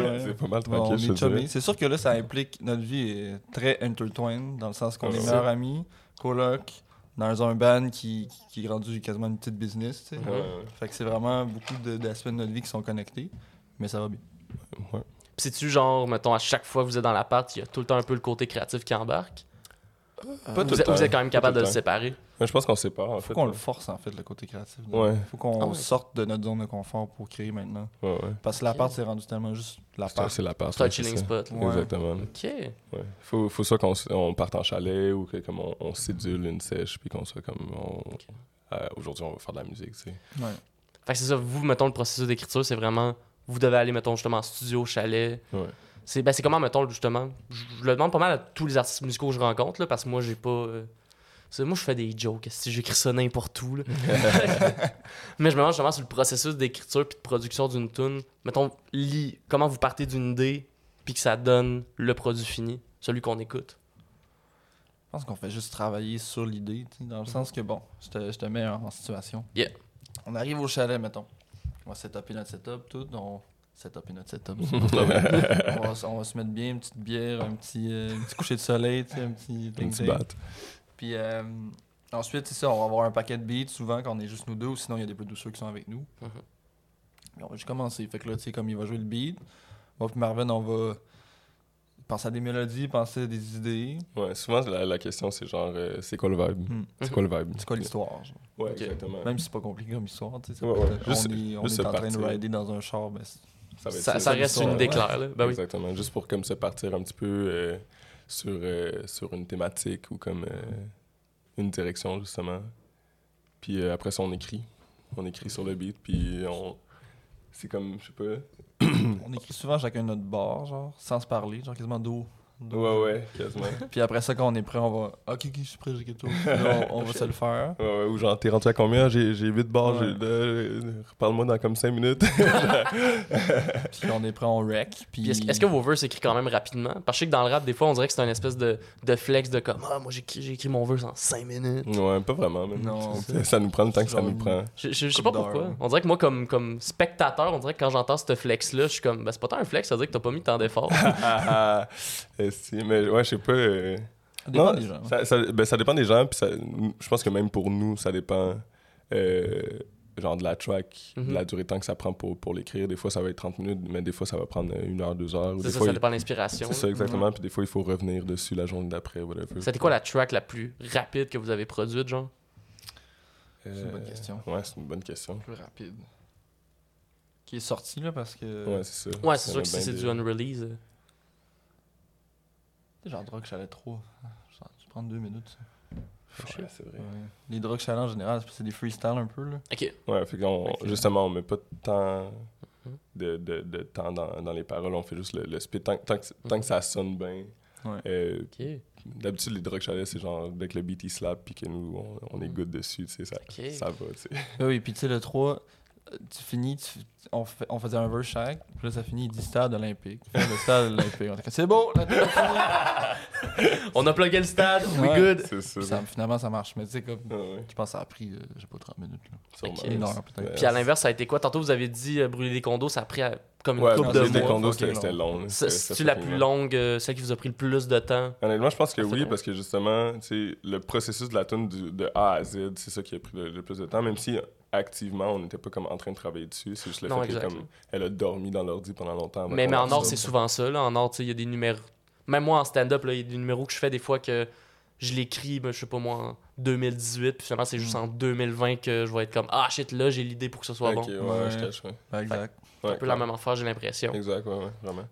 Speaker 3: Ouais.
Speaker 2: C'est pas mal
Speaker 3: Bon, on
Speaker 2: tranquille, je
Speaker 3: est
Speaker 2: te dirais.
Speaker 3: chummy. C'est sûr que là, ça implique notre vie est très intertwined, dans le sens qu'on
Speaker 2: Ouais.
Speaker 3: est meilleurs amis, coloc, dans un band qui, qui est rendu quasiment une petite business. tu sais.
Speaker 1: Mhm.
Speaker 2: Ouais,
Speaker 3: Fait que c'est vraiment beaucoup de- d'aspects de, notre vie qui sont connectés, mais ça va bien.
Speaker 2: ouais.
Speaker 1: Puis c'est-tu genre, mettons, à chaque fois que vous êtes dans l'appart, il y a tout le temps un peu le côté créatif qui embarque?
Speaker 2: Pas tout
Speaker 1: Euh, Vous
Speaker 2: le
Speaker 1: êtes, vous
Speaker 2: temps.
Speaker 1: êtes quand même
Speaker 2: Pas
Speaker 1: capable
Speaker 2: tout
Speaker 1: de
Speaker 2: le
Speaker 1: le
Speaker 2: temps.
Speaker 1: séparer.
Speaker 2: Mais je pense qu'on se sépare, en
Speaker 3: Faut
Speaker 2: fait.
Speaker 3: qu'on
Speaker 2: ouais.
Speaker 3: le force, en fait, le côté créatif.
Speaker 2: Ouais.
Speaker 3: Faut qu'on
Speaker 1: Ah ouais.
Speaker 3: sorte de notre zone de confort pour créer maintenant.
Speaker 2: Ouais, ouais.
Speaker 3: Parce que l'appart, c'est rendu tellement juste
Speaker 2: C'est-
Speaker 3: l'appart.
Speaker 2: C'est la part.
Speaker 1: C'est un chilling spot. là.
Speaker 3: Ouais.
Speaker 2: Exactement.
Speaker 1: Ok.
Speaker 2: Ouais. Faut, faut soit qu'on s- on parte en chalet ou que comme on, on sédule une sèche puis qu'on soit comme on-
Speaker 1: Ok.
Speaker 2: euh, aujourd'hui on va faire de la musique, tu sais.
Speaker 3: Ouais.
Speaker 1: Fait que c'est ça, vous, mettons, le processus d'écriture, c'est vraiment. Vous devez aller, mettons, justement, en studio, au chalet.
Speaker 2: Ouais.
Speaker 1: C'est ben, c'est comment, mettons, justement. Je je le demande pas mal à tous les artistes musicaux que je rencontre, là, parce que moi, j'ai pas. euh, c'est- Moi, je fais des jokes, si j'écris ça n'importe où. là. Mais je me demande justement sur le processus d'écriture puis de production d'une tune. Mettons, li- comment vous partez d'une idée puis que ça donne le produit fini, celui qu'on écoute.
Speaker 3: Je pense qu'on fait juste travailler sur l'idée, tu sais, dans le
Speaker 1: Mm.
Speaker 3: sens que, bon, je te, je te mets en en situation.
Speaker 1: Yeah.
Speaker 3: On arrive au chalet, mettons. On va setuper notre setup, tout. On setuper notre setup. on, va, s- on va se mettre bien, une petite bière, un petit, euh, un petit coucher de soleil, tu sais, un petit...
Speaker 2: Un petit
Speaker 3: ding-ding.
Speaker 2: bat.
Speaker 3: Puis euh, ensuite, c'est ça, on va avoir un paquet de beats, souvent quand on est juste nous deux, ou sinon il y a des producers qui sont avec nous.
Speaker 1: Mhm.
Speaker 3: Puis on va juste commencer. Fait que là, tu sais, comme il va jouer le beat, moi puis Marvin, on va penser à des mélodies, penser à des idées.
Speaker 2: Ouais, souvent la, la question c'est genre euh, c'est quoi le vibe
Speaker 3: Hmm.
Speaker 2: C'est quoi le vibe
Speaker 3: C'est quoi l'histoire? genre?
Speaker 2: Ouais,
Speaker 1: Ok. Ben,
Speaker 2: exactement.
Speaker 3: Même si c'est pas compliqué comme histoire, tu sais. ça
Speaker 2: Ouais,
Speaker 3: peut
Speaker 2: ouais.
Speaker 3: être-
Speaker 2: Juste-
Speaker 3: on est, on
Speaker 2: juste
Speaker 3: est
Speaker 2: se
Speaker 3: en train de
Speaker 2: partir.
Speaker 3: rider dans un char, mais c'est-
Speaker 2: va être
Speaker 1: Ça, ça
Speaker 2: ça, Ah, ben, c'est
Speaker 1: reste
Speaker 2: l'histoire,
Speaker 1: une idée
Speaker 2: ouais.
Speaker 1: claire. Là. Ben oui.
Speaker 2: Exactement, juste pour comme se partir un petit peu euh, sur euh, sur une thématique ou comme euh, une direction justement. Puis euh, après ça on écrit, on écrit sur le beat puis on c'est comme je sais pas Hmm.
Speaker 3: on écrit souvent chacun notre bord, genre, sans se parler, genre quasiment d'eau.
Speaker 2: Ouais, ouais, quasiment.
Speaker 3: Puis après ça, quand on est prêt, on va. Ah, Ok, ok, je suis prêt, j'ai quelque chose.
Speaker 2: [LAUGHS]
Speaker 3: Puis là, on, on va se le faire.
Speaker 2: Ouais, ouais, ou genre, t'es rendu à combien? J'ai j'ai 8 bars,
Speaker 3: Ouais.
Speaker 2: j'ai- euh, reparle-moi dans comme 5 minutes. [LAUGHS]
Speaker 3: Puis on est prêt, on rec. Puis
Speaker 1: Puis est-ce est-ce que vos vœux s'écrivent quand même rapidement? Parce que je sais que dans le rap, des fois, on dirait que c'est un espèce de, de flex de comme Ah, moi j'ai écrit, j'ai écrit mon verse en 5 minutes.
Speaker 2: ouais, pas vraiment, même.
Speaker 3: Non.
Speaker 2: Ça, ça nous prend le temps que ça nous prend.
Speaker 1: Je, je- je sais pas
Speaker 3: Coupe
Speaker 1: pourquoi.
Speaker 3: d'heure.
Speaker 1: On dirait que moi, comme, comme spectateur, on dirait que quand j'entends ce flex-là, je suis comme Ben, c'est pas tant un flex, ça veut dire que t'as pas mis tant d'efforts.
Speaker 2: [LAUGHS] Ah, ah, euh, si, mais ouais, je sais pas. euh,
Speaker 3: Ça dépend
Speaker 2: non,
Speaker 3: des gens.
Speaker 2: Ça, ça- ben, ça dépend des gens, puis ça- je pense que même pour nous, ça dépend. euh, genre de la track,
Speaker 1: Mhm.
Speaker 2: de la durée de temps que ça prend pour, pour l'écrire. Des fois, ça va être 30 minutes, mais des fois, ça va prendre euh, une heure, deux heures. ou
Speaker 1: c'est
Speaker 2: des
Speaker 1: ça,
Speaker 2: fois,
Speaker 1: ça
Speaker 2: il-
Speaker 1: dépend de l'inspiration.
Speaker 2: c'est ça, exactement. Puis des fois, il faut revenir dessus la journée d'après, whatever.
Speaker 1: C'était quoi la track la plus rapide que vous avez produite, genre
Speaker 2: Euh,
Speaker 3: hein. C'est une bonne question.
Speaker 2: Ouais, c'est une bonne question.
Speaker 3: Plus rapide. Qui est sorti, là, parce que.
Speaker 2: Ouais, c'est ça.
Speaker 1: Euh, Ouais, c'est
Speaker 2: Ça
Speaker 1: sûr
Speaker 2: va
Speaker 1: que si
Speaker 2: bien
Speaker 1: c'est
Speaker 2: des-
Speaker 1: du unrelease. euh,
Speaker 3: Tu sais, Genre, Drug Chalet 3. Je vais prendre deux minutes, ça.
Speaker 2: Ouais, c'est vrai.
Speaker 3: Les Drug Chalet en général, c'est- c'est des freestyles un peu, là.
Speaker 1: Ok.
Speaker 2: Ouais, fait qu'on,
Speaker 1: Fait que-
Speaker 2: justement, on met pas tant
Speaker 1: Mhm.
Speaker 2: de, de, de temps dans, dans les paroles, on fait juste le, le spit. Tant, tant que,
Speaker 1: Mm-hmm.
Speaker 2: tant que ça sonne bien.
Speaker 3: Ouais.
Speaker 2: Euh,
Speaker 1: Ok.
Speaker 2: d'habitude, les drogues chalets, c'est genre dès que le beat il slap puis que nous, on, on est good dessus, tu sais, ça,
Speaker 1: Mm-hmm. Ok.
Speaker 2: ça va,
Speaker 1: [LAUGHS]
Speaker 2: tu sais.
Speaker 3: Ah oui, puis tu sais, le 3, euh, tu finis, tu- on, fait- on faisait un verse chaque, puis là, ça finit, il dit stade olympique. Fin de stade olympique. On est comme, C'est beau, la tour est finie.
Speaker 1: On a plugué le stade, we
Speaker 3: Ouais.
Speaker 1: good.
Speaker 2: C'est ça.
Speaker 3: Puis ça- Finalement, ça marche, mais tu sais, comme.
Speaker 2: Ah ouais,
Speaker 3: Je pense que ça a pris, euh, je sais pas, 30 minutes. Là.
Speaker 2: sûrement.
Speaker 1: Ok.
Speaker 3: Une heure, peut-être.
Speaker 2: Ouais.
Speaker 1: Puis à l'inverse, ça a été quoi Tantôt, vous avez dit euh, brûler des condos, ça a pris euh, comme une
Speaker 2: Ouais,
Speaker 1: coupe
Speaker 2: les
Speaker 1: de
Speaker 3: brûler des
Speaker 1: mois.
Speaker 3: condos,
Speaker 2: décondos,
Speaker 3: fucking
Speaker 2: c'était c'était long.
Speaker 1: C'est-
Speaker 2: c'était-
Speaker 1: C'est-tu
Speaker 2: c'était
Speaker 1: la
Speaker 2: fucking
Speaker 1: plus
Speaker 2: long.
Speaker 1: longue, euh, celle qui vous a pris le plus de temps
Speaker 2: Honnêtement, je pense que
Speaker 1: Ça, c'est
Speaker 2: oui,
Speaker 1: vrai.
Speaker 2: parce que justement, tu sais, le processus de la tune du- de A à Z, c'est ça qui a pris le, le plus de temps, même si activement, on n'était pas comme en train de travailler dessus. C'est juste le
Speaker 1: Non,
Speaker 2: fait qu'elle
Speaker 1: exact.
Speaker 2: comme, elle a dormi dans l'ordi pendant longtemps. avant
Speaker 1: Mais,
Speaker 2: qu'on
Speaker 1: mais en
Speaker 2: lance
Speaker 1: or,
Speaker 2: ça.
Speaker 1: c'est souvent ça. Là. En or, tu sais, il y a des numéros. Même moi, en stand-up, là, il y a des numéros que je fais des fois que je l'écris, ben, je sais pas moi, en 2018, puis finalement, c'est juste
Speaker 3: Mm.
Speaker 1: en 2020 que je vais être comme Ah shit, là, j'ai l'idée pour que ce soit
Speaker 2: Ok,
Speaker 1: bon.
Speaker 2: ouais,
Speaker 3: Ouais.
Speaker 2: ouais, je cache, ouais.
Speaker 3: Ouais, exact.
Speaker 1: C'est un
Speaker 2: Ouais,
Speaker 1: peu la
Speaker 2: clair.
Speaker 1: même affaire, j'ai l'impression.
Speaker 2: Exact, ouais, ouais, vraiment.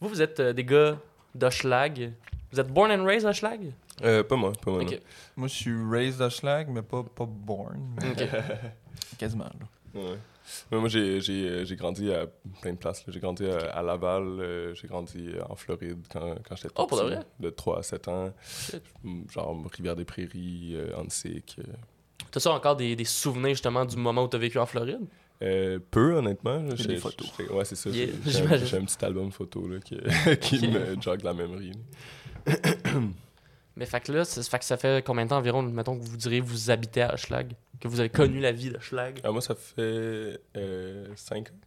Speaker 1: Vous, vous êtes euh, des gars d'Hochlag. Vous êtes born and raised Hochlag
Speaker 2: Euh, pas moi, pas moi.
Speaker 1: Ok.
Speaker 3: Moi, je suis raised à Schlag, mais pas, pas born.
Speaker 2: Mm.
Speaker 3: mais
Speaker 1: Ok. [LAUGHS]
Speaker 3: Quasiment, là.
Speaker 2: non. Ouais. Mais moi, j'ai, j'ai, euh, j'ai grandi à plein de places. là. J'ai grandi à, à Laval, euh, j'ai grandi en Floride quand, quand j'étais
Speaker 1: Oh, pour de
Speaker 2: petit,
Speaker 1: vrai?
Speaker 2: De 3 à 7 ans. Mm, Genre Rivière-des-Prairies, euh, Antique. euh.
Speaker 1: T'as-tu encore des, des souvenirs justement du moment où t'as vécu en Floride
Speaker 2: Euh, peu, honnêtement. là,
Speaker 3: Et
Speaker 2: j'ai-
Speaker 3: des photos.
Speaker 2: j'ai- Ouais, c'est ça.
Speaker 1: Yeah,
Speaker 2: j'ai- J'ai un,
Speaker 1: j'imagine.
Speaker 2: j'ai un petit album photo là, qui, [LAUGHS] qui
Speaker 1: Ok.
Speaker 2: me jogue la mémoire.
Speaker 1: Mais fait que là, ça, fait que ça fait combien de temps environ, mettons, que vous diriez que vous habitez à Schlag Que vous avez connu la vie de Schlag
Speaker 2: Ah, moi, ça fait 5 ans.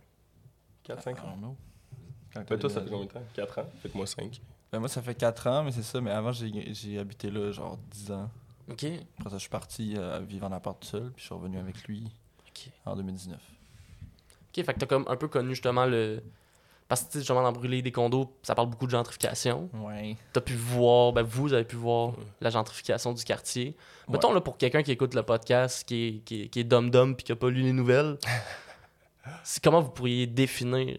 Speaker 2: 4-5 ans.
Speaker 1: Ah.
Speaker 2: Ben,
Speaker 1: Euh,
Speaker 2: toi, ça fait combien de temps 4 ans. Faites-moi 5.
Speaker 3: Ben, moi, ça fait 4 ans, mais c'est ça. Mais avant, j'ai j'ai habité là genre 10 ans.
Speaker 2: Ah.
Speaker 1: Ok.
Speaker 3: Après ça, je suis parti euh, vivre en appart tout seul, puis je suis revenu avec lui
Speaker 1: Ok.
Speaker 3: en 2019.
Speaker 1: Ok, fait que t'as comme un peu connu justement le. Parce que tu sais, justement, dans brûler des condos, ça parle beaucoup de gentrification.
Speaker 3: Ouais.
Speaker 1: T'as pu voir, ben vous avez pu voir la gentrification du quartier. Mettons là pour quelqu'un qui écoute le podcast, qui est, qui est, qui est dum-dum puis qui a pas lu les
Speaker 2: [LAUGHS]
Speaker 1: nouvelles, c'est comment vous pourriez définir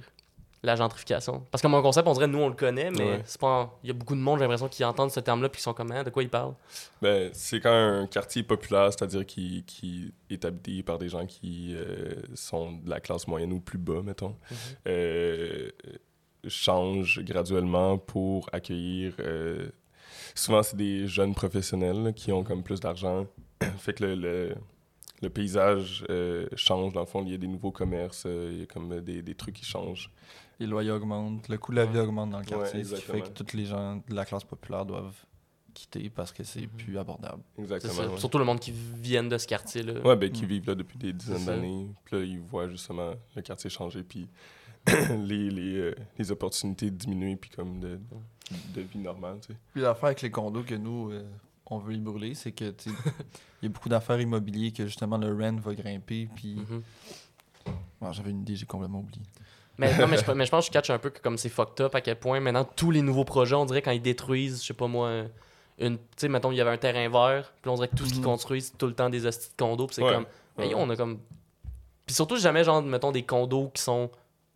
Speaker 1: la gentrification? Parce que mon concept, on dirait nous on le connaît, mais
Speaker 2: Ouais.
Speaker 1: c'est pas. en- Il y a beaucoup de monde, j'ai l'impression, qui entendent ce terme-là puis qui sont comme Ah, de quoi ils parlent.
Speaker 2: Ben, c'est quand un quartier populaire, c'est-à-dire qui, qui est habité par des gens qui euh, sont de la classe moyenne ou plus bas, mettons, euh, change graduellement pour accueillir. euh, souvent, c'est des jeunes professionnels là, qui ont comme plus d'argent. [CLEARS THROAT] fait que le, le, le paysage euh, change, dans le fond. Il y a des nouveaux commerces, euh, il y a comme des, des trucs qui changent.
Speaker 3: Les loyers augmentent, le coût de la vie augmente dans le quartier,
Speaker 2: Ouais,
Speaker 3: ce qui fait que
Speaker 2: exactement.
Speaker 3: toutes les gens de la classe populaire doivent quitter parce que c'est plus abordable.
Speaker 1: C'est
Speaker 2: Exactement.
Speaker 1: ça.
Speaker 2: ouais.
Speaker 1: Surtout le monde qui vient de ce quartier-là.
Speaker 2: Ouais, ben, qui
Speaker 3: Mm.
Speaker 2: vivent là depuis des dizaines
Speaker 1: C'est ça.
Speaker 2: d'années. Puis là, ils voient justement le quartier changer, puis [COUGHS] les, les, euh, les opportunités diminuer, puis comme de, de vie normale, tu sais.
Speaker 3: Puis l'affaire avec les condos que nous, euh, on veut les brûler, c'est que tu sais, il y a beaucoup d'affaires immobilières que justement le rent va grimper. Puis
Speaker 1: Mhm.
Speaker 3: Bon, j'avais une idée, j'ai complètement oublié.
Speaker 1: Mais, non, mais, je, mais je pense que je catch un peu que comme c'est fucked up à quel point maintenant tous les nouveaux projets, on dirait quand ils détruisent, je sais pas moi, une. Tu sais, mettons, il y avait un terrain vert, puis on dirait que tout ce qu'ils
Speaker 3: Mhm.
Speaker 1: construisent, c'est tout le temps des hosties de condos, puis c'est
Speaker 2: Ouais,
Speaker 1: comme.
Speaker 2: ouais.
Speaker 1: hey, Ben, on a comme. Puis surtout, jamais, genre, mettons, des condos qui sont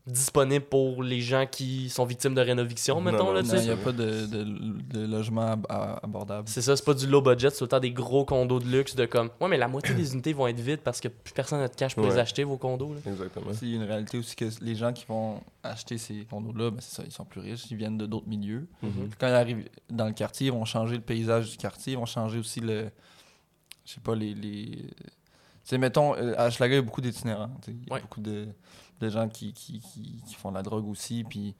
Speaker 1: disponibles pour les gens qui sont victimes de rénoviction,
Speaker 2: Non,
Speaker 1: mettons,
Speaker 2: non,
Speaker 1: là,
Speaker 3: Non,
Speaker 1: tu
Speaker 2: sais,
Speaker 3: Il n'y
Speaker 1: sais.
Speaker 3: a pas de, de- de logement ab- à- abordable.
Speaker 1: C'est ça, c'est pas du low budget, c'est tout le temps des gros condos de luxe de comme. Ouais, mais la moitié des unités vont être vides parce que plus personne n'a de cash pour les
Speaker 2: Ouais.
Speaker 1: acheter, vos condos, là.
Speaker 2: Exactement.
Speaker 3: C'est une réalité aussi que les gens qui vont acheter ces condos-là, ben, c'est ça, ils sont plus riches, ils viennent de d'autres milieux.
Speaker 1: Mhm.
Speaker 3: Puis Quand ils arrivent dans le quartier, ils vont changer le paysage du quartier, ils vont changer aussi le. Je sais pas, les. les... Tu sais, mettons, euh, à Schlager, il y a beaucoup d'itinérants. tu sais. Il y a
Speaker 1: Ouais.
Speaker 3: beaucoup de, de gens qui, qui, qui, qui font de la drogue aussi, puis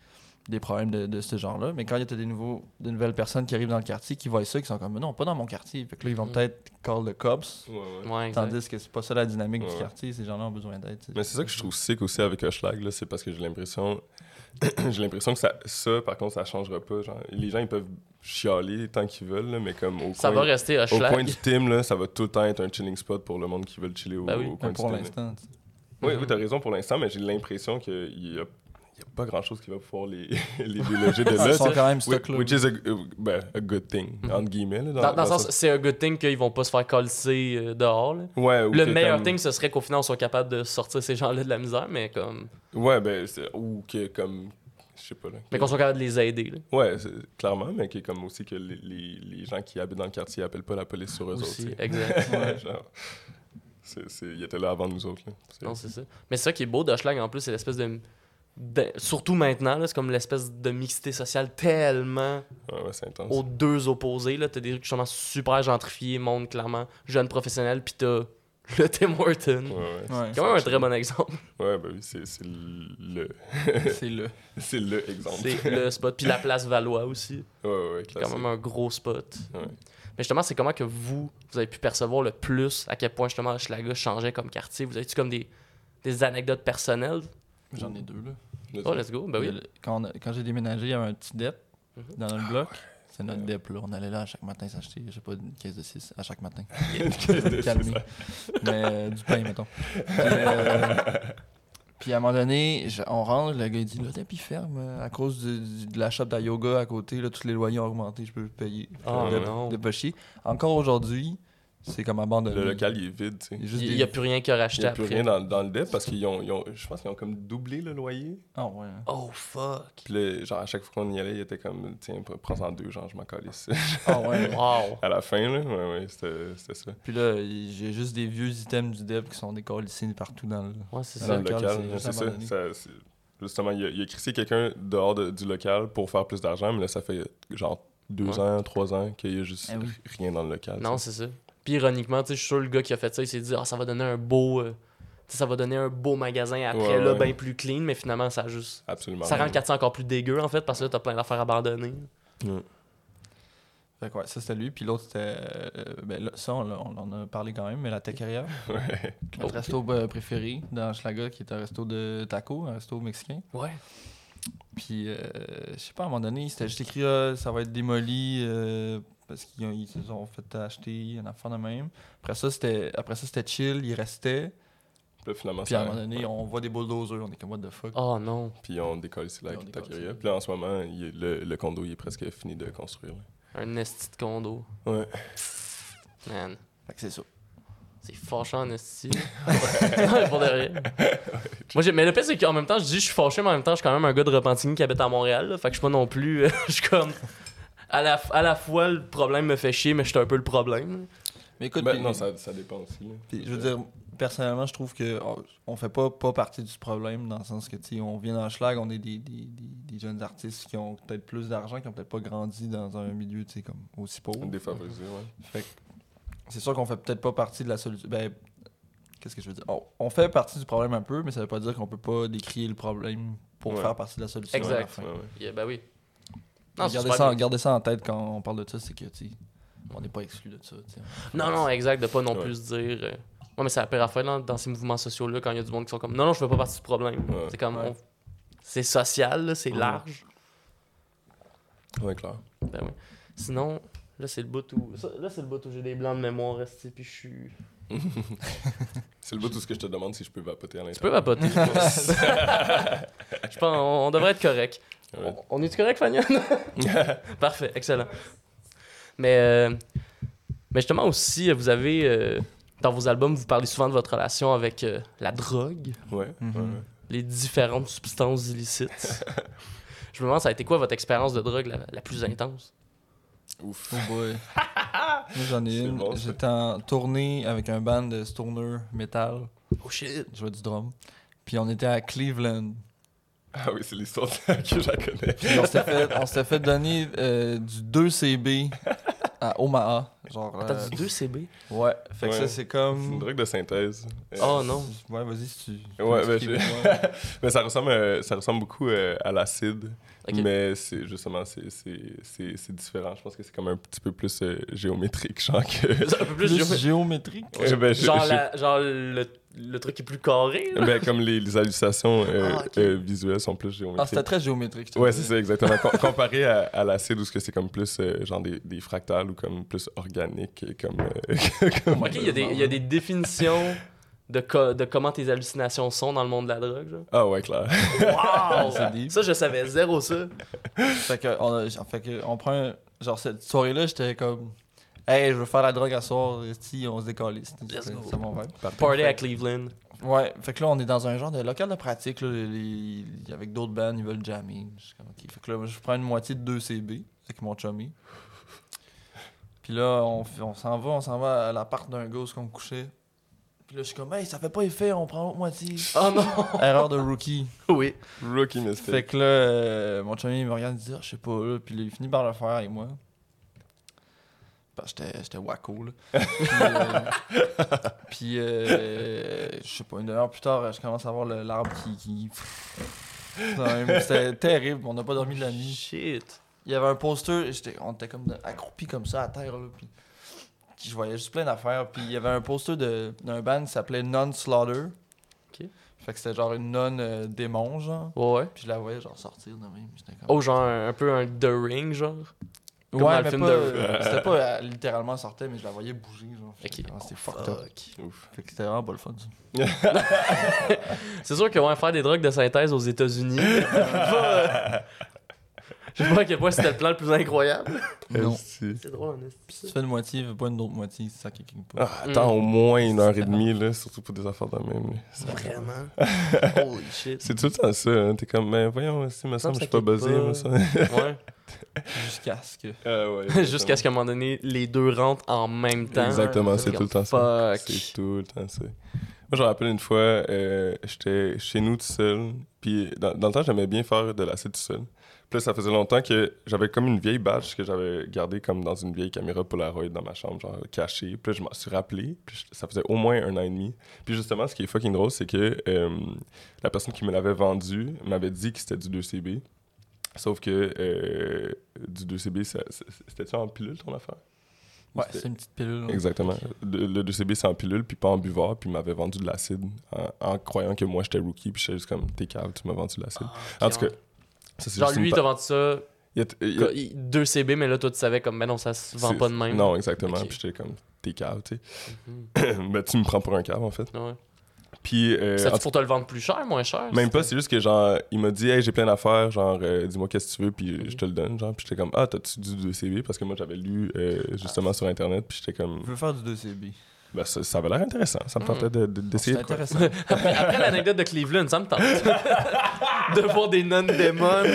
Speaker 3: des problèmes de, de ce genre-là. Mais quand il y a des, nouveaux, des nouvelles personnes qui arrivent dans le quartier, qui voient ça, qui sont comme, non, pas dans mon quartier. Fait que là, ils vont
Speaker 2: Mm.
Speaker 1: Mhm.
Speaker 3: peut-être call the cops.
Speaker 2: Ouais, ouais.
Speaker 1: Ouais, exact.
Speaker 3: Tandis que c'est pas ça la dynamique du
Speaker 2: Ouais.
Speaker 3: quartier, ces gens-là ont besoin d'aide. tu sais.
Speaker 2: Mais c'est ça que je trouve sick aussi avec Hushlag, là, c'est parce que j'ai l'impression [COUGHS] j'ai l'impression que ça, ça, par contre, ça changera pas. Genre, les gens, ils peuvent chialer tant qu'ils veulent, là, mais comme au
Speaker 1: Ça va
Speaker 2: coin,
Speaker 1: rester
Speaker 2: au coin
Speaker 1: Hushlag.
Speaker 2: du team, là, ça va tout le temps être un chilling spot pour le monde qui veut chiller au,
Speaker 1: Ben oui.
Speaker 2: au
Speaker 3: Comme
Speaker 2: coin du
Speaker 3: pour
Speaker 2: team, là.
Speaker 3: l'instant. tu sais.
Speaker 2: Oui,
Speaker 1: Mhm.
Speaker 2: oui, t'as raison pour l'instant, mais j'ai l'impression qu'il n'y a, il y a pas grand-chose qui va pouvoir les, [LAUGHS] les déloger
Speaker 1: [LAUGHS]
Speaker 2: de là.
Speaker 3: Ah, Ils
Speaker 2: tu sais.
Speaker 3: sont quand même
Speaker 2: Whi-
Speaker 3: stock là.
Speaker 2: Which is a, euh, ben, a good thing,
Speaker 1: Mhm.
Speaker 2: entre guillemets. Là, dans,
Speaker 1: Dans, dans le
Speaker 2: dans
Speaker 1: sens, c'est un good thing qu'ils vont pas se faire coller euh, dehors. là.
Speaker 2: Ouais, ou
Speaker 1: Le
Speaker 2: que
Speaker 1: meilleur
Speaker 2: comme-
Speaker 1: thing, ce serait qu'au final, on soit capable de sortir ces gens-là de la misère, mais comme.
Speaker 2: Ouais, ben, c'est- ou que comme. Je sais pas. Là,
Speaker 1: Mais qu'on soit capable de les aider. là.
Speaker 2: Ouais, c'est- clairement, mais que comme aussi que les, les, les gens qui habitent dans le quartier appellent pas la police sur eux
Speaker 1: Aussi,
Speaker 2: autres.
Speaker 1: exact.
Speaker 2: [LAUGHS] tu sais. Genre, c'est- c'est- Ils étaient là avant nous autres. Là. C'est-
Speaker 1: Non, c'est ça. Mais c'est ça qui est beau d'Hoshlag en plus, c'est l'espèce de. de- Surtout maintenant, là, c'est comme l'espèce de mixité sociale tellement
Speaker 2: Ouais, ouais, c'est intense.
Speaker 1: aux deux opposés. là. T'as des trucs justement super gentrifiés, monde clairement, jeunes professionnels, pis t'as le Tim Horton.
Speaker 2: Ouais, ouais.
Speaker 3: Ouais.
Speaker 1: C'est Quand même un très bon exemple.
Speaker 2: Ouais, ben oui, c'est c'est le, [LAUGHS]
Speaker 3: C'est le.
Speaker 2: c'est le exemple.
Speaker 1: C'est le spot. Puis la place Valois aussi.
Speaker 2: Ouais, ouais, ouais,
Speaker 1: C'est quand
Speaker 2: classique.
Speaker 1: même un gros spot.
Speaker 2: Ouais.
Speaker 1: Mais justement, c'est comment que vous, vous avez pu percevoir le plus à quel point justement Schlaga changeait comme quartier? Vous avez-tu comme des, des anecdotes personnelles?
Speaker 3: J'en ai deux là.
Speaker 1: Oh, let's go. Ben oui.
Speaker 3: Le- Quand, on a- quand j'ai déménagé, il y avait un petit dep
Speaker 1: Mhm.
Speaker 3: dans le bloc. C'est notre
Speaker 2: Ouais.
Speaker 3: dep là. On allait là à chaque matin s'acheter, je sais pas, une caisse de 6 à chaque matin.
Speaker 2: Qu'est-ce que c'est,
Speaker 3: Calmer.
Speaker 2: ça?
Speaker 3: Mais euh, du pain, mettons. Puis, euh, puis à un moment donné, je- on rentre, le gars il dit Le dep il ferme euh, à cause du- du- de la shop de yoga à côté, là, tous les loyers ont augmenté, je peux payer.
Speaker 1: Oh,
Speaker 2: Ouais.
Speaker 1: non.
Speaker 3: De pas chier. Encore aujourd'hui, c'est comme abandonné.
Speaker 2: Le local, il est vide, tu sais.
Speaker 3: Il y a juste
Speaker 1: Il
Speaker 3: des-
Speaker 1: n'y a plus rien qui a
Speaker 2: Il
Speaker 1: racheté
Speaker 2: n'y a plus
Speaker 1: après.
Speaker 2: rien dans, dans le dep parce qu'ils ont, ils ont- je pense qu'ils ont comme doublé le loyer.
Speaker 3: Ah ouais. hein.
Speaker 1: Oh, fuck.
Speaker 2: Puis là, genre, à chaque fois qu'on y allait, il était comme, tiens, pre- prends-en deux, genre, je m'en calisse. [LAUGHS]
Speaker 1: [LAUGHS]
Speaker 3: Ah ouais.
Speaker 1: Wow.
Speaker 2: à la fin, là, ouais, ouais, c'était c'était ça.
Speaker 3: Puis là, il- j'ai juste des vieux items du dev qui sont décollissés partout dans le.
Speaker 1: Ouais, c'est
Speaker 2: Dans
Speaker 1: ça.
Speaker 2: le
Speaker 3: le local,
Speaker 2: local,
Speaker 3: c'est
Speaker 2: ouais,
Speaker 3: juste
Speaker 2: c'est ça.
Speaker 3: abandonné.
Speaker 2: ça, c'est- justement, il a, il a crissé quelqu'un dehors de- du local pour faire plus d'argent, mais là, ça fait genre deux
Speaker 1: Ouais.
Speaker 2: ans, trois ans qu'il y a juste
Speaker 3: Ah oui.
Speaker 2: rien dans le local.
Speaker 1: Non, c'est ça. Puis ironiquement, tu sais, je suis sûr le gars qui a fait ça, il s'est dit, ah, ça va donner un beau. euh, tu sais, ça va donner un beau magasin après,
Speaker 2: Ouais, Bah,
Speaker 1: là,
Speaker 2: ouais.
Speaker 1: bien plus clean, mais finalement, ça juste.
Speaker 2: Absolument.
Speaker 1: Ça rend le 400 encore plus dégueu, en fait, parce que là, t'as plein d'affaires abandonnées.
Speaker 3: Fait que ouais, ça c'était lui. Puis l'autre c'était. euh, ben, là, ça, on, l'a- on en a parlé quand même, mais la taqueria.
Speaker 2: [LAUGHS] Ouais.
Speaker 3: Notre resto euh, préféré dans Schlaga, qui est un resto de tacos, un resto mexicain.
Speaker 1: Ouais.
Speaker 3: Puis, euh, je sais pas, à un moment donné, c'était juste écrit ah, ça va être démoli euh, parce qu'ils ont- ils se sont fait acheter un enfant de même. Après ça, c'était après ça, c'était chill, il restait.
Speaker 2: Puis là, finalement,
Speaker 3: Puis à
Speaker 2: Ah, ça- Ah.
Speaker 3: un moment donné, on voit des bulldozers, on est comme what the fuck.
Speaker 1: Oh non.
Speaker 2: Puis on décolle ici la
Speaker 3: Puis on décolle,
Speaker 2: cafétéria.
Speaker 3: c'est-
Speaker 2: Puis là, en ce moment, il est- le, le condo il est presque fini de construire. là.
Speaker 1: Un esti de condo.
Speaker 2: Ouais.
Speaker 1: Man.
Speaker 3: Fait que c'est ça.
Speaker 1: C'est fâchant en esti. Ouais, [LAUGHS] pour de vrai. Moi, j'ai- mais le pire, c'est qu'en même temps, je dis je suis fâché, mais en même temps, je suis quand même un gars de Repentigny qui habite à Montréal. là. fait que je suis pas non plus. euh, [LAUGHS] je suis comme. À la, à la fois, le problème me fait chier, mais je suis un peu le problème.
Speaker 3: Mais écoute,
Speaker 2: Ben,
Speaker 3: puis-
Speaker 2: non, ça, ça dépend aussi. là.
Speaker 3: puis je veux dire, personnellement, je trouve que oh, on fait pas, pas partie du problème dans le sens que, tu sais, on vient dans Schlag, on est des, des, des- des jeunes artistes qui ont peut-être plus d'argent, qui ont peut-être pas grandi dans un milieu, tu sais, comme aussi pauvre.
Speaker 2: Défavorisé, ouais.
Speaker 3: Fait que c'est sûr qu'on fait peut-être pas partie de la solution. Ben, qu'est-ce que je veux dire? Oh, On, on fait partie du problème un peu, mais ça veut pas dire qu'on peut pas décrier le problème pour
Speaker 2: Ouais.
Speaker 3: faire partie de la solution. à la
Speaker 1: Exact.
Speaker 3: fin.
Speaker 2: Ouais, ouais.
Speaker 1: Yeah, ben oui. Non, c'est
Speaker 3: Gardez,
Speaker 1: super
Speaker 3: ça,
Speaker 1: bien.
Speaker 3: gardez ça en tête quand on parle de ça, c'est que, tu sais, on n'est pas exclu de ça. tu sais.
Speaker 1: non, non, exact, de pas non
Speaker 2: Ouais.
Speaker 1: plus se dire. euh, Ouais, mais c'est la pire affaire là, dans ces mouvements sociaux-là, quand il y a du monde qui sont comme. Non, non, je fais pas partie du problème.
Speaker 2: Ouais.
Speaker 1: C'est comme.
Speaker 3: Ouais.
Speaker 1: on- C'est social, là, c'est
Speaker 2: Mhm.
Speaker 1: large.
Speaker 2: Ouais, [LAUGHS] clair.
Speaker 1: Ben oui. Sinon, là, c'est le bout où. ça- Là, c'est le bout où j'ai des blancs de mémoire, esti, puis je suis.
Speaker 2: C'est le bout de tout ce que je te demande si je peux vapoter à l'intérieur.
Speaker 1: Tu peux vapoter. je pense. Je pense on, on devrait être correct.
Speaker 2: [LAUGHS] Ouais.
Speaker 1: On, on est correct, Fagnon? [LAUGHS] Parfait, excellent. Mais, euh, mais justement aussi, vous avez euh, dans vos albums, vous parlez souvent de votre relation avec euh, la drogue,
Speaker 2: Ouais.
Speaker 3: Mhm.
Speaker 2: ouais, ouais.
Speaker 1: les différentes substances illicites. Je me demande, ça a été quoi votre expérience de drogue la, la plus intense?
Speaker 2: Ouf.
Speaker 3: Oh
Speaker 2: [LAUGHS]
Speaker 3: boy. Moi, j'en ai
Speaker 2: C'est
Speaker 3: une.
Speaker 2: bon, ça.
Speaker 3: J'étais en tournée avec un band de stoner metal.
Speaker 1: Oh shit!
Speaker 3: Je jouais du drum. Puis on était à Cleveland.
Speaker 2: Ah oui, c'est l'histoire de- que je la connais.
Speaker 3: Puis on s'était fait, on s'était fait donner euh, du 2CB à Omaha. Genre,
Speaker 1: T'as
Speaker 3: euh,
Speaker 1: du 2 CB?
Speaker 3: Ouais, fait que
Speaker 2: Ouais.
Speaker 3: ça c'est
Speaker 2: C'est une
Speaker 3: comme.
Speaker 2: drogue de synthèse. Euh,
Speaker 1: Oh non!
Speaker 3: Ouais, vas-y si tu.
Speaker 2: Ouais,
Speaker 3: tu
Speaker 2: ben,
Speaker 3: m'expliques,
Speaker 2: je- [LAUGHS]
Speaker 3: ouais.
Speaker 2: Mais ça ressemble, euh, ça ressemble beaucoup euh, à l'acide.
Speaker 1: Ok.
Speaker 2: Mais c'est justement, c'est- c'est c'est- c'est différent. Je pense que c'est comme un petit peu plus euh, géométrique, genre
Speaker 1: [LAUGHS]
Speaker 2: que.
Speaker 1: C'est [LAUGHS] un peu plus,
Speaker 3: Plus
Speaker 1: géo-
Speaker 3: géométrique. Ah,
Speaker 2: Eh ben, je-
Speaker 1: genre,
Speaker 2: je-
Speaker 1: la- genre le, le truc est plus carré. là.
Speaker 2: Ben, comme les, les hallucinations euh,
Speaker 1: Ah, ok.
Speaker 2: euh, visuelles sont plus
Speaker 3: Ah,
Speaker 2: géométriques.
Speaker 3: c'était très géométrique. je te
Speaker 2: ouais,
Speaker 3: dis.
Speaker 2: c'est ça, exactement. Com- comparé à, à l'acide, où ce que c'est comme plus euh, genre des, des fractales ou comme plus organique. et Comme, euh, [LAUGHS]
Speaker 1: Ok, il y, a des- il y a des définitions de, co- de comment tes hallucinations sont dans le monde de la drogue. genre.
Speaker 2: Ah ouais, clair.
Speaker 3: C'est deep.
Speaker 1: Ça, je savais zéro ça.
Speaker 3: Fait que, on, a- fait que on prend. un- Genre, cette soirée-là, j'étais comme. Hey, je veux faire la drogue à soir, si on se décolle.
Speaker 1: Let's
Speaker 3: C'est
Speaker 1: go.
Speaker 3: c'est mon vibe.
Speaker 1: Party à Cleveland.
Speaker 3: Ouais, fait que là, on est dans un genre de local de pratique. Là, les- les- avec d'autres bands, ils veulent jammer. Je suis comme, ok. Fait que là, moi, je prends une moitié de 2 CB avec mon chummy. Puis là, on, fait- on s'en va, on s'en va à l'appart d'un gars où est-ce qu'on couchait. Puis là, je suis comme, hey, ça fait pas effet, on prend
Speaker 1: [LAUGHS]
Speaker 3: l'autre moitié.
Speaker 1: Oh non!
Speaker 3: Erreur de rookie.
Speaker 1: Oui.
Speaker 2: Rookie mistake.
Speaker 3: Fait que là, euh, mon chummy, il me regarde, il dit, Ah, je sais pas, là. Puis là, il finit par le faire avec moi. Parce que j'étais- j'étais wacko, là. Puis, euh, Puis, euh, je sais pas, une demi-heure plus tard, je commence à voir le- l'arbre qui. qui... Non, mais C'était terrible, on n'a pas dormi de la nuit.
Speaker 1: Shit.
Speaker 3: Il y avait un poster, et j'étais- on était comme de- accroupi comme ça à terre, là. Puis, puis je voyais juste plein d'affaires. Puis il y avait un poster de- d'un band qui s'appelait Non Slaughter.
Speaker 1: Ok.
Speaker 3: Fait que c'était genre une nonne euh, démon, genre.
Speaker 1: Ouais, ouais.
Speaker 3: Puis je la voyais genre sortir de même. J'étais comme.
Speaker 1: Oh, genre un, un peu un The Ring, genre. comme dans
Speaker 3: ouais,
Speaker 1: le
Speaker 3: mais
Speaker 1: film
Speaker 3: pas,
Speaker 1: de-
Speaker 3: euh, [LAUGHS]
Speaker 2: [LAUGHS]
Speaker 3: c'était pas euh, littéralement sortait, mais je la voyais bouger. Genre.
Speaker 1: Ok. Oh,
Speaker 3: J'étais comme,
Speaker 2: Oh,
Speaker 3: C'était fucked up.
Speaker 2: Ouf.
Speaker 3: Fait que c'était vraiment pas le fun. ça.
Speaker 1: C'est sûr qu'ils vont faire des drogues de synthèse aux [LAUGHS] États-Unis. Pas, euh, Je sais pas à quel point c'était le plan le plus incroyable.
Speaker 3: Non.
Speaker 2: Esti.
Speaker 1: Euh, C'est drôle, hein, en esti,
Speaker 3: Si
Speaker 1: ça.
Speaker 3: tu fais une moitié, fais pas une autre moitié, c'est ça qui est pas.
Speaker 1: Mm.
Speaker 2: Ah, attends au moins une heure et demie, là, surtout pour des affaires de même. là. Ça-
Speaker 1: [LAUGHS] Vraiment. Holy shit.
Speaker 2: C'est tout le temps ça. hein. T'es comme, mais voyons, si, me semble,
Speaker 1: ça
Speaker 2: que je suis pas
Speaker 1: clique
Speaker 2: buzzé.
Speaker 1: pas.
Speaker 2: me semble.
Speaker 1: Ouais.
Speaker 3: Jusqu'à ce que.
Speaker 2: Ah
Speaker 1: [LAUGHS]
Speaker 2: ouais,
Speaker 1: Jusqu'à ce qu'à un moment donné, les deux rentrent en même temps.
Speaker 2: Exactement, c'est tout le temps ça.
Speaker 1: Fuck.
Speaker 2: C'est tout le temps ça. Moi, je me rappelle une fois, euh, j'étais chez nous tout seul. Puis dans, dans le temps, j'aimais bien faire de l'acide tout seul. Puis là, ça faisait longtemps que j'avais comme une vieille badge que j'avais gardée comme dans une vieille caméra Polaroid dans ma chambre, genre cachée. Puis là, je m'en suis rappelé. Puis je- ça faisait au moins un an et demi. Puis justement, ce qui est fucking drôle, c'est que euh, la personne qui me l'avait vendue m'avait dit que c'était du 2CB. Sauf que euh, du 2CB, ça- ça- c'était-tu en pilule ton affaire?
Speaker 3: Ouais, c'est une petite pilule. hein.
Speaker 2: Exactement. Le, le 2CB, c'est en pilule, puis pas en buvard, puis il m'avait vendu de l'acide en, en croyant que moi, j'étais rookie, puis j'étais juste comme, t'es cave, tu m'as vendu de l'acide. en tout cas, ça,
Speaker 1: Ah.
Speaker 2: c'est
Speaker 1: Genre,
Speaker 2: juste une
Speaker 1: lui, il
Speaker 2: pa-
Speaker 1: t'a vendu ça,
Speaker 2: il y a- il y a-
Speaker 1: 2 CB, mais là, toi, tu savais comme, ben non, ça se vend
Speaker 2: c'est-
Speaker 1: pas de même.
Speaker 2: Non, exactement,
Speaker 1: Ok.
Speaker 2: puis j'étais comme, t'es cave, tu
Speaker 1: Mhm.
Speaker 2: sais. [LAUGHS] Mais tu me prends pour un cave, en fait.
Speaker 1: Ouais.
Speaker 2: Puis, euh,
Speaker 1: C'est
Speaker 2: en tout-
Speaker 1: pour te le vendre plus cher, moins cher?
Speaker 2: même
Speaker 1: c'était-
Speaker 2: pas, c'est juste que, genre, il m'a dit, hey, j'ai plein d'affaires, genre, euh, dis-moi qu'est-ce que tu veux, puis
Speaker 1: Mhm.
Speaker 2: je te le donne, genre, puis j'étais comme, ah, t'as-tu du 2CB? Parce que moi, j'avais lu, euh, justement,
Speaker 1: Ah.
Speaker 2: sur Internet, puis j'étais comme,
Speaker 3: Je veux faire du 2CB.
Speaker 2: ben, ça, ça avait l'air intéressant, ça me
Speaker 1: Mm.
Speaker 2: tentait de- de- d'essayer
Speaker 3: C'est
Speaker 2: de quoi.
Speaker 3: intéressant.
Speaker 1: Après, après l'anecdote de Cleveland, ça me tente. [LAUGHS] de voir des non-démons.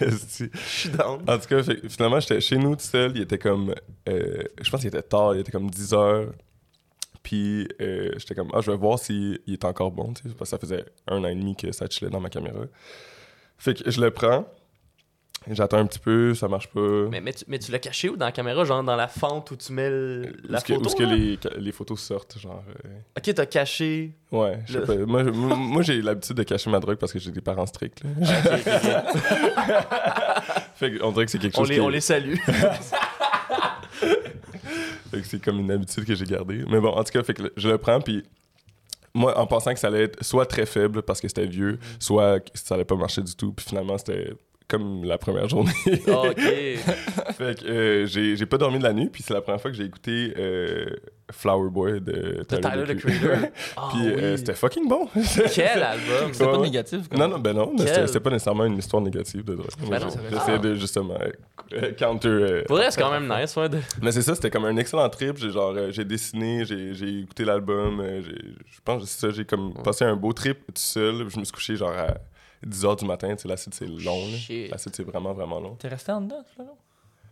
Speaker 2: Esti.
Speaker 1: Je suis down.
Speaker 2: En tout cas, fait- finalement, j'étais chez nous tout seul. Il était comme. euh, je pense qu'il était tard, il était comme 10 heures. Puis euh, j'étais comme, ah, je vais voir s'il il est encore bon, tu sais, parce que ça faisait un an et demi que ça chillait dans ma caméra. Fait que je le prends, j'attends un petit peu, ça marche pas.
Speaker 1: Mais, mais tu, mais tu l'as caché où dans la caméra? Genre dans la fente où tu mets le-
Speaker 2: Où
Speaker 1: la
Speaker 2: est-ce que- où
Speaker 1: photo?
Speaker 2: est-ce que
Speaker 1: là?
Speaker 2: les, les photos sortent, genre. euh,
Speaker 1: Ok, t'as caché.
Speaker 2: ouais, je sais
Speaker 1: Le-
Speaker 2: pas. Moi, je- moi, moi, j'ai l'habitude de cacher ma drogue parce que j'ai des parents stricts. là.
Speaker 1: Ok, ok, ok.
Speaker 2: [LAUGHS] fait qu'on dirait que c'est quelque
Speaker 1: on,
Speaker 2: chose.
Speaker 1: les,
Speaker 2: qui-
Speaker 1: on les
Speaker 2: [LAUGHS]
Speaker 1: salue.
Speaker 2: Fait que c'est comme une habitude que j'ai gardée. Mais bon, en tout cas, fait que le- je le prends, puis moi, en pensant que ça allait être soit très faible parce que c'était
Speaker 1: Mm.
Speaker 2: vieux, soit que ça allait pas marcher du tout, puis finalement, c'était comme la
Speaker 1: [LAUGHS]
Speaker 2: première journée. euh,
Speaker 1: Ah, ok.
Speaker 2: fait que euh, j'ai j'ai pas dormi de la nuit, puis c'est la première fois que j'ai écouté euh, Flower Boy de
Speaker 1: De
Speaker 2: Tyler,
Speaker 1: Tyler,
Speaker 2: the
Speaker 1: le
Speaker 2: Cre- [LAUGHS]
Speaker 1: Creator. Ah
Speaker 2: puis euh,
Speaker 1: oui.
Speaker 2: c'était fucking bon.
Speaker 1: Quel album.
Speaker 2: [LAUGHS]
Speaker 3: C'est
Speaker 2: Ouais,
Speaker 3: pas
Speaker 2: ouais.
Speaker 3: négatif. comme-
Speaker 2: Non, non, ben non, mais
Speaker 1: Quel-
Speaker 2: c'était c'était pas nécessairement une histoire négative de drogue.
Speaker 1: Ben non, ça va.
Speaker 2: J'essayais de justement euh, counter. euh,
Speaker 1: Pour vrai, c'est quand même nice. Ouais, de-
Speaker 2: Mais c'est ça, c'était comme un excellent trip. J'ai genre, euh, j'ai dessiné, j'ai j'ai écouté l'album. euh, j'ai- Je pense que c'est ça, j'ai comme
Speaker 1: Ouais.
Speaker 2: passé un beau trip tout seul. Je me suis couché genre à 10h du matin. Tu sais, l'acide, c'est long. là.
Speaker 1: Shit.
Speaker 2: L'acide, c'est vraiment, vraiment long.
Speaker 3: T'es resté en dedans, là, non?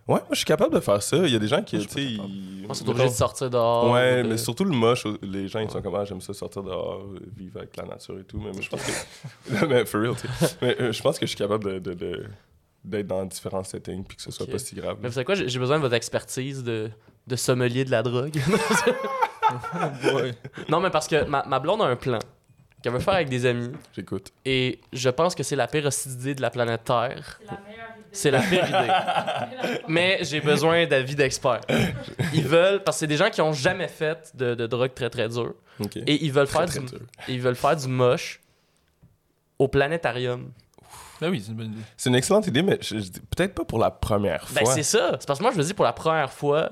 Speaker 2: Ouais, moi, je suis capable de faire ça. Il y a des gens qui,
Speaker 3: Moi,
Speaker 2: tu
Speaker 3: je suis pas
Speaker 2: sais,
Speaker 3: capable.
Speaker 2: ils...
Speaker 1: On s'est obligé de sortir dehors.
Speaker 2: Ouais,
Speaker 1: de-
Speaker 2: mais surtout le moche, les gens ils sont comme ah, j'aime ça sortir dehors, euh, vivre avec la nature et tout, mais moi, je pense que. [LAUGHS] mais for real, tu
Speaker 1: [LAUGHS]
Speaker 2: sais. Mais euh, je pense que je suis capable de- de- de- d'être dans différents settings puis que ce soit
Speaker 1: Ok.
Speaker 2: pas si grave.
Speaker 1: Mais vous savez quoi, j'ai j'ai besoin de votre expertise de, de sommelier de la drogue. [LAUGHS]
Speaker 3: Ouais.
Speaker 1: non, mais parce que ma, ma blonde a un plan qu'elle veut faire avec des amis.
Speaker 2: J'écoute.
Speaker 1: Et je pense que c'est la pire idée de la planète Terre.
Speaker 4: C'est la meilleure idée.
Speaker 1: C'est la pire idée. Mais j'ai besoin d'avis d'experts. Ils veulent, parce que c'est des gens qui ont jamais fait de, de drogue très très dure.
Speaker 2: Ok.
Speaker 1: Et ils veulent
Speaker 2: Très,
Speaker 1: faire,
Speaker 2: très
Speaker 1: du,
Speaker 2: dur.
Speaker 1: ils veulent faire du moche au planétarium.
Speaker 3: Ah oui, c'est une bonne idée.
Speaker 2: C'est une excellente idée, mais je- je dis- peut-être pas pour la première fois.
Speaker 1: Ben c'est ça. C'est parce que moi je me dis pour la première fois.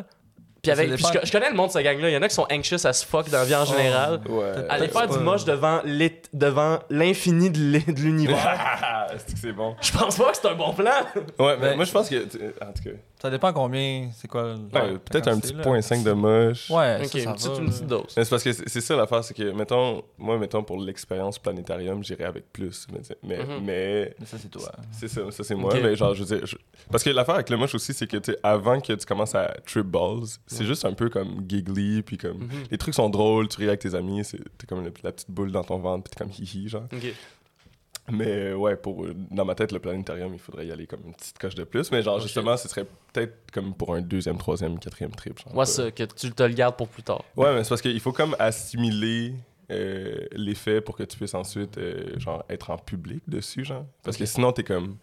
Speaker 1: Puis,
Speaker 3: Ça
Speaker 1: avec, puis
Speaker 3: dépend. Oh.
Speaker 1: je, je connais le monde de ce gang-là. Il y en a qui sont anxious as fuck dans la vie en général.
Speaker 2: ouais.
Speaker 1: Aller
Speaker 3: Euh, c'est
Speaker 1: faire du
Speaker 3: pas-
Speaker 1: moche devant l'ét- devant l'infini de l'é- de
Speaker 2: [LAUGHS]
Speaker 1: l'univers,
Speaker 2: Est-ce que c'est bon?
Speaker 1: [LAUGHS] je pense pas que c'est un bon plan.
Speaker 2: Ouais, mais
Speaker 3: Ben-
Speaker 2: moi je pense que. tu- En tout cas.
Speaker 3: Ça dépend combien, c'est quoi. le-
Speaker 2: ouais,
Speaker 3: la
Speaker 2: peut-être un
Speaker 3: quantité,
Speaker 2: petit
Speaker 3: là.
Speaker 2: point 5 de moche.
Speaker 3: Ouais,
Speaker 1: Ok,
Speaker 3: Ben, ça, ça
Speaker 1: une, petite,
Speaker 3: va,
Speaker 1: une
Speaker 3: là.
Speaker 1: petite dose.
Speaker 2: Mais c'est parce que c'est c'est ça l'affaire, c'est que, mettons, moi, mettons, pour l'expérience planétarium, j'irais avec plus. Mais, mais,
Speaker 1: Mhm.
Speaker 2: mais
Speaker 3: Mais ça, c'est toi.
Speaker 2: c'est ça, ça c'est moi.
Speaker 1: Ok.
Speaker 2: Mais genre, je veux dire. je- Parce que l'affaire avec le moche aussi, c'est que, tu sais, avant que tu commences à trip balls, c'est juste un peu comme giggly, puis comme.
Speaker 1: Mhm.
Speaker 2: Les trucs sont drôles, tu ris avec tes amis, c'est- t'es comme le- la petite boule dans ton ventre, puis t'es comme hihi, genre.
Speaker 1: Ok.
Speaker 2: Mais euh, ouais, pour, euh, dans ma tête, le planétarium, il faudrait y aller comme une petite coche de plus. Mais genre,
Speaker 1: Oh,
Speaker 2: justement, ce serait peut-être comme pour un deuxième, troisième, quatrième trip. genre.
Speaker 1: Moi, ça, que tu te le gardes pour plus tard.
Speaker 2: Ouais, mais c'est parce qu'il faut comme assimiler euh, l'effet pour que tu puisses ensuite euh, genre, être en public dessus, genre. Parce que sinon, t'es comme.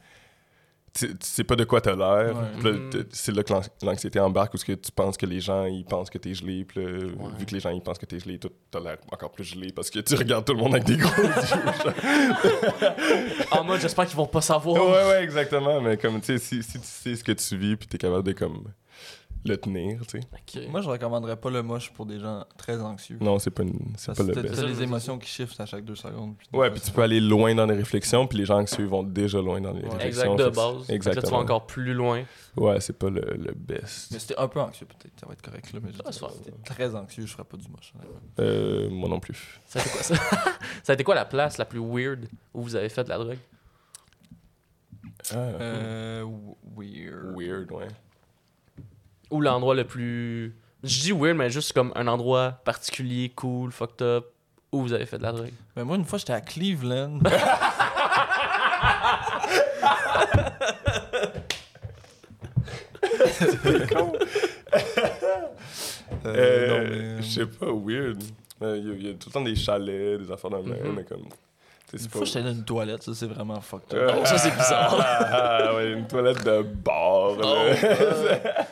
Speaker 2: Tu tu sais pas de quoi t'as l'air.
Speaker 3: Ouais.
Speaker 2: Puis là,
Speaker 1: Mhm.
Speaker 2: t'es- C'est là que l'anx- l'anxiété embarque où ce que tu penses que les gens ils pensent que t'es gelé. Puis là,
Speaker 1: Ouais.
Speaker 2: vu que les gens ils pensent que t'es gelé, toi, t'as l'air encore plus gelé parce que tu regardes tout le monde avec des gros yeux.
Speaker 1: En mode, Ah, j'espère qu'ils vont pas savoir.
Speaker 2: Ouais,
Speaker 3: Oh.
Speaker 2: ouais, exactement. Mais comme, tu sais, si, si tu sais ce que tu vis, puis t'es capable de, comme, le tenir, tu sais.
Speaker 1: Ok.
Speaker 3: Moi, je recommanderais pas le moche pour des gens très anxieux.
Speaker 2: Non, c'est pas, une- c'est
Speaker 3: Parce
Speaker 2: pas
Speaker 3: que
Speaker 2: le
Speaker 3: t'as-
Speaker 2: best.
Speaker 3: t'as les émotions qui shiftent à chaque deux secondes.
Speaker 2: Ouais, puis tu peux aller loin dans les réflexions, puis les gens anxieux vont déjà loin dans les
Speaker 3: Ouais.
Speaker 2: réflexions.
Speaker 1: Exact, de
Speaker 2: fait que-
Speaker 1: base. Exactement. Là, tu vas
Speaker 2: Exactement.
Speaker 1: encore plus loin.
Speaker 2: Ouais, c'est pas le, le
Speaker 3: Mais
Speaker 2: best.
Speaker 3: c'était un peu anxieux, peut-être. Ça va être correct, là. Mais
Speaker 1: Ah, ça va.
Speaker 3: j'étais très anxieux, je ferais pas du moche. honnêtement.
Speaker 2: Euh, moi non plus.
Speaker 1: Ça a été quoi, ça? [LAUGHS] ça a été quoi la place la plus weird où vous avez fait de la drogue?
Speaker 2: Ah,
Speaker 3: Euh. w- Weird.
Speaker 2: Weird, ouais.
Speaker 1: Ou l'endroit le plus Je dis weird, mais juste comme un endroit particulier, cool, fucked up, où vous avez fait de la drogue.
Speaker 3: Mais moi, une fois, j'étais
Speaker 1: [LAUGHS]
Speaker 3: à Cleveland. Euh, non, mais,
Speaker 2: Euh,
Speaker 3: euh,
Speaker 2: Je sais pas, weird. Euh, Il y, a- il y a tout le temps des chalets, des affaires dans le même,
Speaker 3: Mm-hmm.
Speaker 1: Mhm.
Speaker 2: mais comme. tu sais,
Speaker 3: Une
Speaker 2: c'est
Speaker 3: fois, j'étais dans une toilette, ça, c'est vraiment fucked up.
Speaker 2: Euh,
Speaker 1: Oh, ça, c'est bizarre. [LAUGHS]
Speaker 2: [LAUGHS] Ah, ouais, une toilette de bar. là.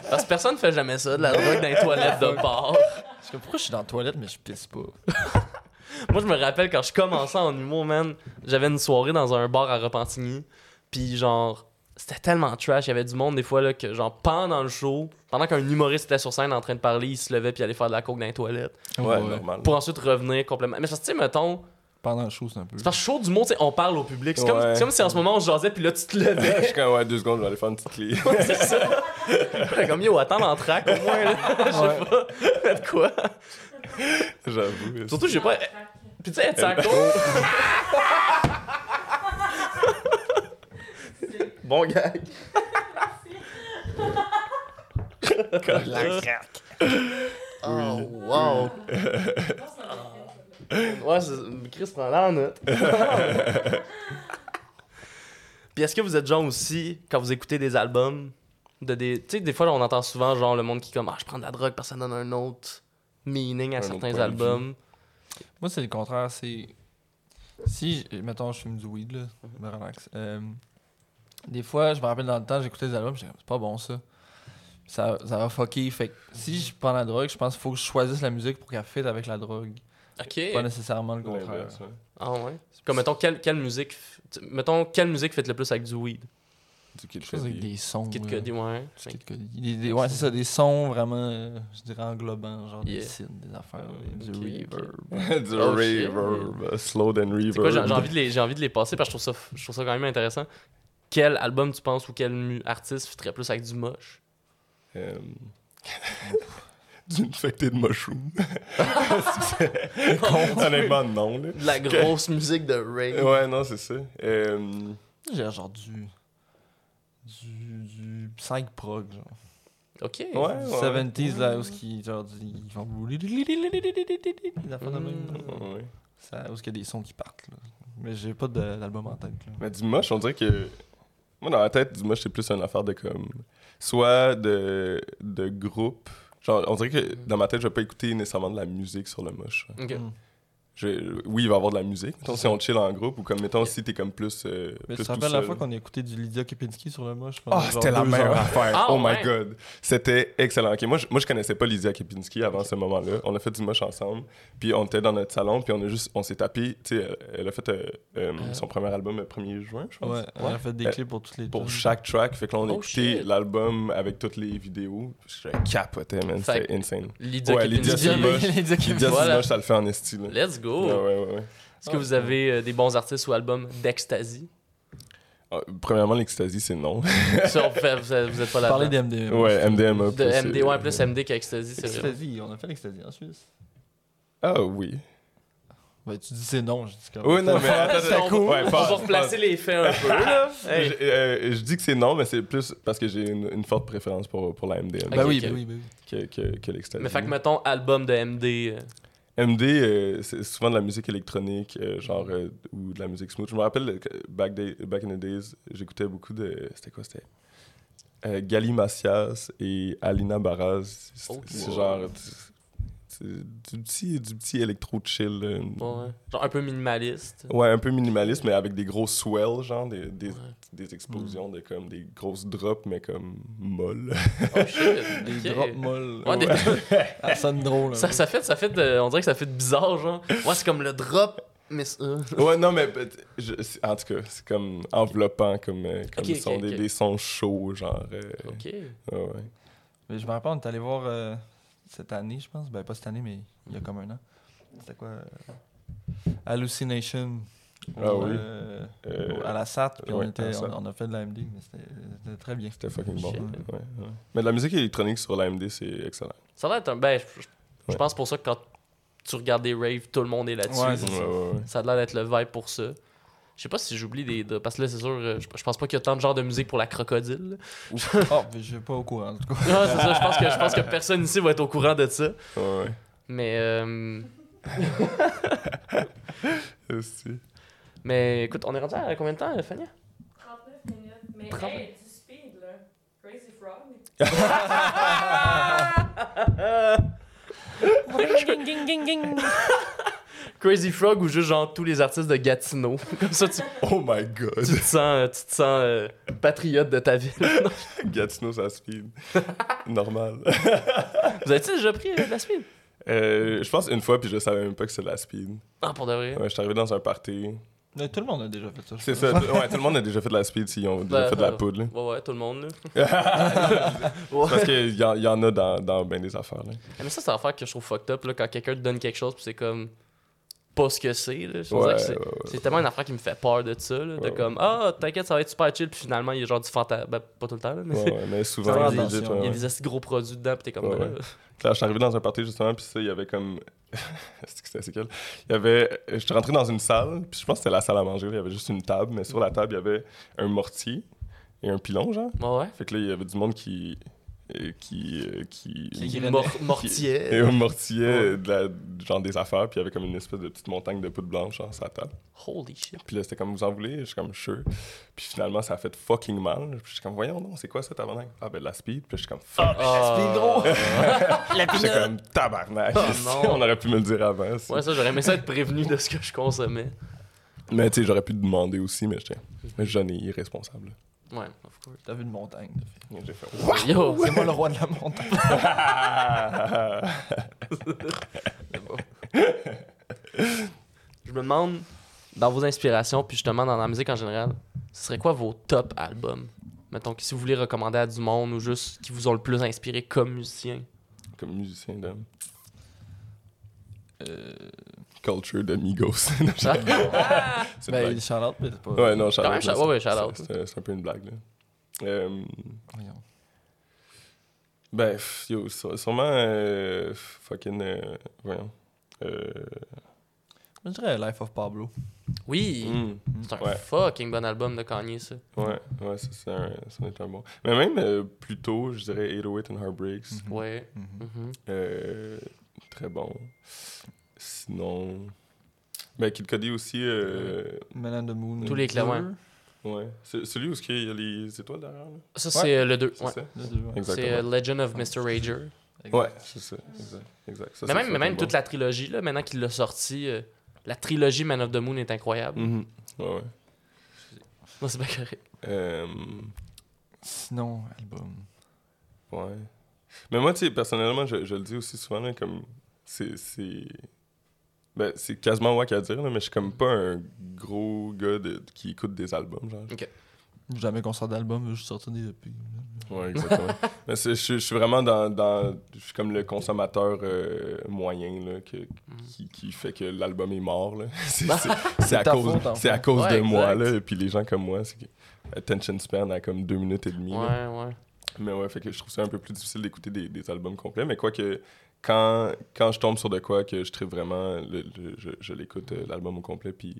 Speaker 1: Parce que personne fait jamais ça, de la drogue dans les toilettes de bar.
Speaker 3: Parce que pourquoi je suis dans la toilette, mais je pisse pas?
Speaker 1: Moi, je me rappelle quand je commençais en humour, man, j'avais une soirée dans un bar à Repentigny. Puis, genre, c'était tellement trash. Il y avait du monde, des fois, là, que, genre, pendant le show, pendant qu'un humoriste était sur scène en train de parler, il se levait puis allait faire de la coke dans les toilettes.
Speaker 3: Oh.
Speaker 2: Ouais, normal.
Speaker 1: Pour ensuite revenir complètement. Mais, parce que, tu sais, mettons,
Speaker 3: Pendant le show, c'est un peu.
Speaker 1: c'est parce que chaud du monde, tu sais, on parle au public. C'est comme,
Speaker 2: Ouais.
Speaker 1: c'est comme si en ce moment, on se jasait puis là, tu te levais.
Speaker 2: [LAUGHS]
Speaker 1: [LAUGHS]
Speaker 2: Je suis comme, ouais, deux secondes, je vais aller faire une petite clé.
Speaker 1: c'est ça. [LAUGHS] J'étais comme, yo, attends l'entraque au moins, là. Je sais pas. Faites quoi?
Speaker 2: J'avoue.
Speaker 1: Surtout, j'ai pas. Puis tu sais, être sans coke. [LAUGHS] Bon gag. Oh, wow. Ouais, c'est- Chris prend la
Speaker 2: [LAUGHS]
Speaker 1: note. Puis est-ce que vous êtes genre aussi, quand vous écoutez des albums, de des. Tu sais, des fois, on entend souvent genre le monde qui comme Ah, je prends de la drogue, personne donne un autre meaning à
Speaker 2: Un autre point
Speaker 1: certains
Speaker 2: de vue.
Speaker 1: albums.
Speaker 3: Moi, c'est le contraire. C'est. Si, j- mettons, je fume du weed, là, je me relaxe. Euh, des fois, je me rappelle dans le temps, j'écoutais des albums, j'étais comme, c'est pas bon ça. Ça, ça va fucker. Fait que si je prends la drogue, je pense qu'il faut que je choisisse la musique pour qu'elle fit avec la drogue.
Speaker 1: Ok.
Speaker 3: Pas nécessairement le contraire.
Speaker 2: L'inverse, ouais.
Speaker 1: Ah ouais. Comme mettons, quelle, quelle musique. f- tu- Mettons, quelle musique faites le plus avec du weed
Speaker 2: Du Kid
Speaker 3: Je pense avec
Speaker 2: Cudi.
Speaker 3: des sons.
Speaker 1: Kid
Speaker 3: là.
Speaker 1: Cudi, ouais.
Speaker 3: Du Kid Cudi. Des- des- ouais, c'est ça, des sons vraiment, euh, je dirais, englobants, genre
Speaker 1: Yeah.
Speaker 3: des synths, des affaires,
Speaker 2: Ouais,
Speaker 3: des-
Speaker 1: ok,
Speaker 3: du
Speaker 1: ok.
Speaker 3: reverb.
Speaker 2: [LAUGHS] Du
Speaker 1: Oh, shit.
Speaker 2: reverb. uh, Slow then reverb.
Speaker 1: C'est quoi, j'ai j'ai envie, de les- j'ai envie de les passer parce que je trouve ça, je trouve ça quand même intéressant. Quel album tu penses ou quel mu- artiste fitterait plus avec du moche
Speaker 2: Euh, [LAUGHS] D'une fectée de mushroom. [LAUGHS] Honnêtement, non, là.
Speaker 1: De la grosse musique de Ray.
Speaker 2: Ouais, non, c'est ça. Euh,
Speaker 3: J'ai genre du. du. du 5 prog, genre.
Speaker 1: Ok.
Speaker 2: Ouais, ouais.
Speaker 3: 70s là où ce qui genre du- ils font des affaires de même, là.
Speaker 2: Ouais.
Speaker 3: ça où ce qu'il y a des sons qui partent là. mais j'ai pas de- d'album en tête là.
Speaker 2: Mais du moche, on dirait que. Moi, dans la tête, du moche, c'est plus une affaire de comme. Soit de, de groupe. Genre, on dirait que dans ma tête, je vais pas écouter nécessairement de la musique sur le moche.
Speaker 1: Ok.
Speaker 3: Mm.
Speaker 2: Je- Oui, il va y avoir de la musique. Mettons, si on chill en groupe ou comme, mettons, si t'es comme plus. euh,
Speaker 3: mais tu
Speaker 2: plus
Speaker 3: te
Speaker 2: tout
Speaker 3: rappelles la
Speaker 2: seul.
Speaker 3: fois qu'on a écouté du Lydia Kepinski sur le moche pendant
Speaker 2: Ah,
Speaker 3: genre
Speaker 2: c'était la
Speaker 3: deux
Speaker 2: meilleure
Speaker 3: heures?
Speaker 2: affaire.
Speaker 1: Ah,
Speaker 2: oh my
Speaker 1: ouais.
Speaker 2: god. C'était excellent. Ok, moi, je, moi, je connaissais pas Lydia Kepinski avant ce moment-là. On a fait du moche ensemble. Puis on était dans notre salon. Puis on a juste, on s'est tapé. Tu sais, elle- elle a fait euh, euh, son premier album le 1er juin, je pense.
Speaker 3: ouais on a fait des
Speaker 2: Euh,
Speaker 3: clips pour toutes les
Speaker 2: Pour
Speaker 3: tunes.
Speaker 2: chaque track. Fait que là, on
Speaker 1: Oh,
Speaker 2: a écouté
Speaker 1: shit.
Speaker 2: l'album avec toutes les vidéos. Je capotais, man.
Speaker 1: Fait
Speaker 2: C'était
Speaker 3: [LAUGHS]
Speaker 2: insane.
Speaker 1: Lydia
Speaker 2: Ouais,
Speaker 1: Kepinski.
Speaker 2: Lydia, c'est le moche.
Speaker 3: Lydia Kepinski.
Speaker 2: Lydia,
Speaker 1: Voilà.
Speaker 2: c'est moche, ça le fait en esti. là.
Speaker 1: Let's go.
Speaker 2: Ouais, ouais, ouais, ouais.
Speaker 1: Est-ce que vous avez euh, des bons artistes ou albums d'ecstasy
Speaker 2: Ah, premièrement, l'ecstasy, c'est non.
Speaker 1: Ça, on fait- vous, êtes- vous êtes pas là.
Speaker 3: parler des MDMA
Speaker 2: ouais, MDMA.
Speaker 1: De
Speaker 2: plus,
Speaker 1: MD,
Speaker 2: euh,
Speaker 1: ouais, plus MD qu'ecstasy, c'est vrai.
Speaker 3: Ecstasy on a fait l'ecstasy en Suisse
Speaker 2: [LAUGHS] Ah oui.
Speaker 3: ouais tu dis c'est non je dis quand
Speaker 2: Oui, non,
Speaker 1: [LAUGHS]
Speaker 2: mais attends,
Speaker 1: Ça, on,
Speaker 2: attends.
Speaker 1: va-
Speaker 2: Ouais,
Speaker 1: on
Speaker 2: passe,
Speaker 1: va replacer
Speaker 2: passe.
Speaker 1: les faits un peu, là. Hey.
Speaker 2: Je, euh, je dis que c'est non, mais c'est plus parce que j'ai une, une forte préférence pour, pour la MDMA
Speaker 3: bah
Speaker 1: Ok,
Speaker 3: oui
Speaker 1: ok.
Speaker 3: bah oui bah oui
Speaker 2: que, que, que l'ecstasy.
Speaker 1: Mais fait que, mettons, album de MD. euh,
Speaker 2: MD, euh, c'est souvent de la musique électronique, euh, genre, euh, ou de la musique smooth. Je me rappelle, que back, day- back in the days, j'écoutais beaucoup de. C'était quoi C'était. Euh, Gali Macias et Alina Baraz. C'est
Speaker 1: Oh,
Speaker 2: c'est
Speaker 1: wow.
Speaker 2: genre. du- Du, du petit, du petit électro-chill. euh,
Speaker 1: ouais. Genre un peu minimaliste.
Speaker 2: Ouais, un peu minimaliste, mais avec des gros swells, genre des, des,
Speaker 1: Ouais.
Speaker 2: des explosions, de, comme, des grosses drops, mais comme molles.
Speaker 1: Oh shit.
Speaker 3: des
Speaker 1: ok.
Speaker 3: drops molles
Speaker 1: Ouais, des-
Speaker 3: [LAUGHS] ça sonne drôle un
Speaker 1: ça,
Speaker 3: peu.
Speaker 1: ça fait, ça fait de- on dirait que ça fait de bizarre, genre. Ouais, c'est comme le drop, mais. c'est- euh.
Speaker 2: ouais, non, mais peut- je- c'est- en tout cas, c'est comme enveloppant, comme, euh, comme
Speaker 1: Ok, ok,
Speaker 2: son, des,
Speaker 1: ok.
Speaker 2: des sons chauds, genre. euh,
Speaker 1: Ok.
Speaker 2: ouais, ouais.
Speaker 3: Mais je me rappelle, on est allé voir euh, cette année, je pense. Ben, pas cette année, mais il y a comme un an. C'était quoi euh, Hallucination.
Speaker 2: Ah oui.
Speaker 3: euh,
Speaker 2: Euh,
Speaker 3: au- à la SAT, puis
Speaker 2: ouais,
Speaker 3: on,
Speaker 2: à la
Speaker 3: était,
Speaker 2: SAT.
Speaker 3: on, on a fait de la MD, mais c'était c'était très bien. [LAUGHS]
Speaker 2: C'était fucking bon.
Speaker 1: Shit.
Speaker 2: ouais, ouais. Mais de la musique électronique sur l'AMD, c'est excellent.
Speaker 1: Ça va être un. Ben, je, je- je
Speaker 2: Ouais.
Speaker 1: pense pour ça que quand tu regardes des raves, tout le monde est là-dessus.
Speaker 3: Ouais, c'est
Speaker 2: Ouais, ouais, ouais.
Speaker 1: ça a l'air d'être le vibe pour ça. Je sais pas si j'oublie des. de- parce que là, c'est sûr, euh, je je pense pas qu'il y a tant de genres de musique pour la
Speaker 3: [LAUGHS]
Speaker 1: crocodile.
Speaker 3: Oh, mais je suis pas au courant, en tout cas.
Speaker 1: Non, c'est ça, je pense, que, je pense que personne ici va être au courant de ça.
Speaker 2: Ouais, ouais.
Speaker 1: Mais. euh, [LAUGHS]
Speaker 2: Esti.
Speaker 1: mais écoute, on est rendu à combien de temps, euh, Fania
Speaker 4: 39 minutes. Mais
Speaker 1: Trente-
Speaker 4: hey, du speed, là. Crazy Frog.
Speaker 1: Crazy Frog ou juste genre tous les artistes de Gatineau. [LAUGHS] Comme ça, tu,
Speaker 2: Oh my
Speaker 1: tu
Speaker 2: god. [LAUGHS]
Speaker 1: te sens, euh, tu te sens euh, patriote de [LAUGHS] ta ville.
Speaker 2: Gatineau, ça
Speaker 1: [LAUGHS]
Speaker 2: speed. Normal.
Speaker 1: Vous avez-tu déjà pris euh, de la speed
Speaker 2: Euh, je pense une fois, puis je savais même pas que c'était la speed.
Speaker 1: Ah, pour de vrai.
Speaker 2: Ouais, je suis arrivé dans un party.
Speaker 3: Mais tout le monde a déjà fait ça. je
Speaker 2: C'est
Speaker 3: crois.
Speaker 1: [LAUGHS]
Speaker 2: ça. t- Ouais, tout le monde a déjà fait de la speed s'ils ont déjà
Speaker 1: Ben,
Speaker 2: fait de la
Speaker 1: euh, [LAUGHS]
Speaker 2: poudre. là.
Speaker 1: Ouais, ouais, tout le monde. là.
Speaker 2: Parce qu'il y, en- y en a dans, dans bien des affaires. Là.
Speaker 1: Ah, Mais ça, c'est l'affaire que je trouve fucked up là, quand quelqu'un te donne quelque chose, puis c'est comme pas ce que c'est. là. Je veux dire
Speaker 2: Ouais,
Speaker 1: que c'est-
Speaker 2: ouais, ouais.
Speaker 1: C'est tellement une affaire qui me fait peur de ça. Là, de
Speaker 2: Ouais,
Speaker 1: comme, ah, t'inquiète, ça va être super chill, puis finalement, il y a genre du fantasme. Ben, pas tout le temps, là, mais
Speaker 2: Ouais, ouais, mais
Speaker 1: Faire
Speaker 2: souvent,
Speaker 3: attention.
Speaker 2: legit,
Speaker 1: [LAUGHS] il
Speaker 2: ouais,
Speaker 1: y a
Speaker 2: ouais.
Speaker 1: des assez gros produits dedans, puis t'es comme,
Speaker 2: Ouais,
Speaker 1: ben,
Speaker 2: ouais.
Speaker 1: là,
Speaker 2: Là, je suis arrivé dans un party justement, puis ça, il y avait comme. [LAUGHS] c'est que c'était c'est quel? Il y avait. Je suis rentré dans une salle, puis je pense que c'était la salle à manger, là, il y avait juste une table, mais sur la table, il y avait un mortier et un pilon, genre.
Speaker 1: ouais, ouais.
Speaker 2: Fait que là, il y avait du monde qui. euh, qui. euh, qui.
Speaker 3: Qui- qui-
Speaker 1: Mor-
Speaker 2: [LAUGHS] et
Speaker 1: mortier.
Speaker 2: un mortier de la- genre des affaires, puis il y avait comme une espèce de petite montagne de poudre blanche genre, sur la table.
Speaker 1: Holy
Speaker 2: [LAUGHS]
Speaker 1: shit.
Speaker 2: Puis là, c'était comme vous en voulez, je suis comme sure. Puis finalement, ça a fait fucking mal. Puis je suis comme voyons, non, c'est quoi ça, tabarnak? Ah, ben de la speed. Puis je suis comme fuck.
Speaker 1: Ah.
Speaker 2: J'étais comme tabarnak. [LAUGHS]
Speaker 1: Oh, non.
Speaker 2: On aurait pu me le dire avant. ça.
Speaker 1: Ouais, ça, j'aurais aimé ça être prévenu de ce que je consommais.
Speaker 2: Mais tu sais, j'aurais pu demander aussi, mais j'étais jeune et irresponsable.
Speaker 1: Ouais, of course.
Speaker 3: T'as vu une montagne. t'as fait.
Speaker 2: J'ai fait
Speaker 1: Yo,
Speaker 3: C'est moi le roi de la
Speaker 1: [LAUGHS]
Speaker 3: montagne.
Speaker 1: Ah. je me demande, dans vos inspirations, puis justement dans la musique en général, ce serait quoi vos top albums? Mettons que si vous voulez recommander à du monde ou juste qui vous ont le plus inspiré comme musicien.
Speaker 2: comme musicien de
Speaker 3: Euh,
Speaker 2: culture de Migos. [LAUGHS] Non,
Speaker 1: Ça-
Speaker 2: j'ai- c'est une
Speaker 3: ben,
Speaker 2: blague.
Speaker 3: Charlotte, mais c'est pas.
Speaker 2: Ouais, non, shout
Speaker 1: Ah, Quand même,
Speaker 2: out, là,
Speaker 1: shout- ouais, ouais,
Speaker 2: c'est-
Speaker 1: shout out.
Speaker 2: c'est- C'est c'est un peu une blague, là. Euh,
Speaker 3: Voyons.
Speaker 2: ben, pff, yo, sû- sûrement euh, fucking. euh, voyons. Euh,
Speaker 3: Je dirais Life of Pablo.
Speaker 1: Oui,
Speaker 2: hmm.
Speaker 1: c'est un
Speaker 2: ouais. Mm.
Speaker 1: fucking bon album de Kanye, ça.
Speaker 2: Ouais, ouais, ça, c'est un, ça en est un bon. Mais même euh, plus tôt, je dirais 808 and Heartbreaks.
Speaker 1: Ouais. mhm.
Speaker 2: Euh, très bon. Sinon. Ben, Kid Cody aussi. euh,
Speaker 3: Men on the Moon.
Speaker 1: Tous les clavins.
Speaker 3: Deux.
Speaker 2: ouais. C'est- Celui où est-ce qu'il y a les étoiles derrière, là.
Speaker 1: Ça,
Speaker 3: Ouais.
Speaker 1: c'est euh, le 2.
Speaker 2: C'est ça?
Speaker 3: Les deux, ouais.
Speaker 1: C'est euh,
Speaker 2: Exactement.
Speaker 1: Legend of Mr. Rager.
Speaker 2: Ouais, c'est ça. Exact. exact. Ça,
Speaker 1: mais
Speaker 2: c'est
Speaker 1: même, mais
Speaker 2: fucking
Speaker 1: même
Speaker 2: bon.
Speaker 1: toute la trilogie, là, maintenant qu'il l'a sorti, euh, la trilogie Man of the Moon est incroyable.
Speaker 2: Mhm. Ouais, ouais.
Speaker 1: Non, c'est pas correct.
Speaker 2: Euh,
Speaker 3: Sinon, album.
Speaker 2: ouais. Mais moi, tu sais, personnellement, je, je le dis aussi souvent, là, comme. C'est. c'est- Ben, c'est quasiment wack à dire, là, mais je suis comme pas un gros gars de- qui écoute des albums, genre.
Speaker 3: Jamais qu'on sort d'album, je sorti des E EP.
Speaker 2: Ouais, exactement. Mais c'est- je, je suis vraiment dans, dans- Je suis comme le consommateur euh, moyen là, que- qui, qui fait que l'album est mort. là. [LAUGHS] C'est c'est- c'est à,
Speaker 3: ta
Speaker 2: cause-
Speaker 3: faute, en
Speaker 2: c'est à cause
Speaker 1: Ouais,
Speaker 2: de
Speaker 1: exact.
Speaker 2: moi. Là, et puis les gens comme moi, c'est que attention span à comme deux minutes et demie.
Speaker 1: Ouais,
Speaker 2: là.
Speaker 1: ouais.
Speaker 2: Mais ouais, fait que je trouve ça un peu plus difficile d'écouter des, des albums complets. Mais quoi que quand, quand je tombe sur de quoi que je tripe vraiment, le- le- je, je l'écoute euh, l'album au complet puis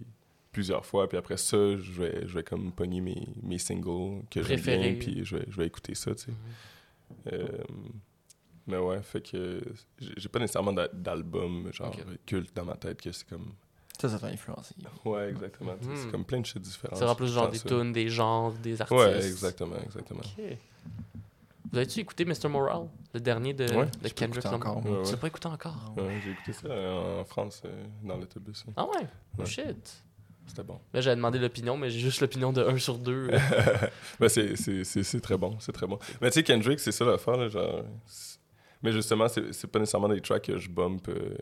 Speaker 2: plusieurs fois. Puis après ça, je vais, je vais comme pogner mes, mes singles que j'aime bien
Speaker 1: Préférés.
Speaker 2: puis je vais, je vais écouter ça, tu sais. Euh, mais ouais, fait que j'ai j'ai pas nécessairement d'a- d'album genre
Speaker 1: Ok.
Speaker 2: culte dans ma tête que c'est comme...
Speaker 3: Ça, ça t'a influencé.
Speaker 2: Ouais, exactement. tu sais, C'est
Speaker 1: Hmm.
Speaker 2: comme plein de shit différents.
Speaker 1: C'est en plus genre
Speaker 2: Dans
Speaker 1: des
Speaker 2: Ah, ça.
Speaker 1: tunes, des genres, des artistes.
Speaker 2: Ouais, exactement, exactement.
Speaker 1: Ok. Vous avez-tu écouté Mr. Morale, le dernier de,
Speaker 2: Ouais,
Speaker 1: de
Speaker 3: Je peux
Speaker 1: Kendrick
Speaker 3: écouter
Speaker 1: Lamar?
Speaker 3: encore.
Speaker 2: Ouais,
Speaker 1: Tu
Speaker 2: ouais.
Speaker 1: l'as pas écouté encore?
Speaker 2: Ouais, j'ai écouté ça euh, en France, euh, dans l'autobus. hein.
Speaker 1: Ah ouais? Oh
Speaker 2: Ouais.
Speaker 1: shit.
Speaker 2: C'était bon.
Speaker 1: Là, j'avais demandé l'opinion, mais j'ai juste l'opinion de 1 sur 2.
Speaker 2: Ben, c'est- c'est c'est- c'est très bon, c'est très bon. Mais tu sais, Kendrick, c'est ça l'affaire, là, genre... c'est- Mais justement, c'est c'est pas nécessairement des tracks que je bump. euh,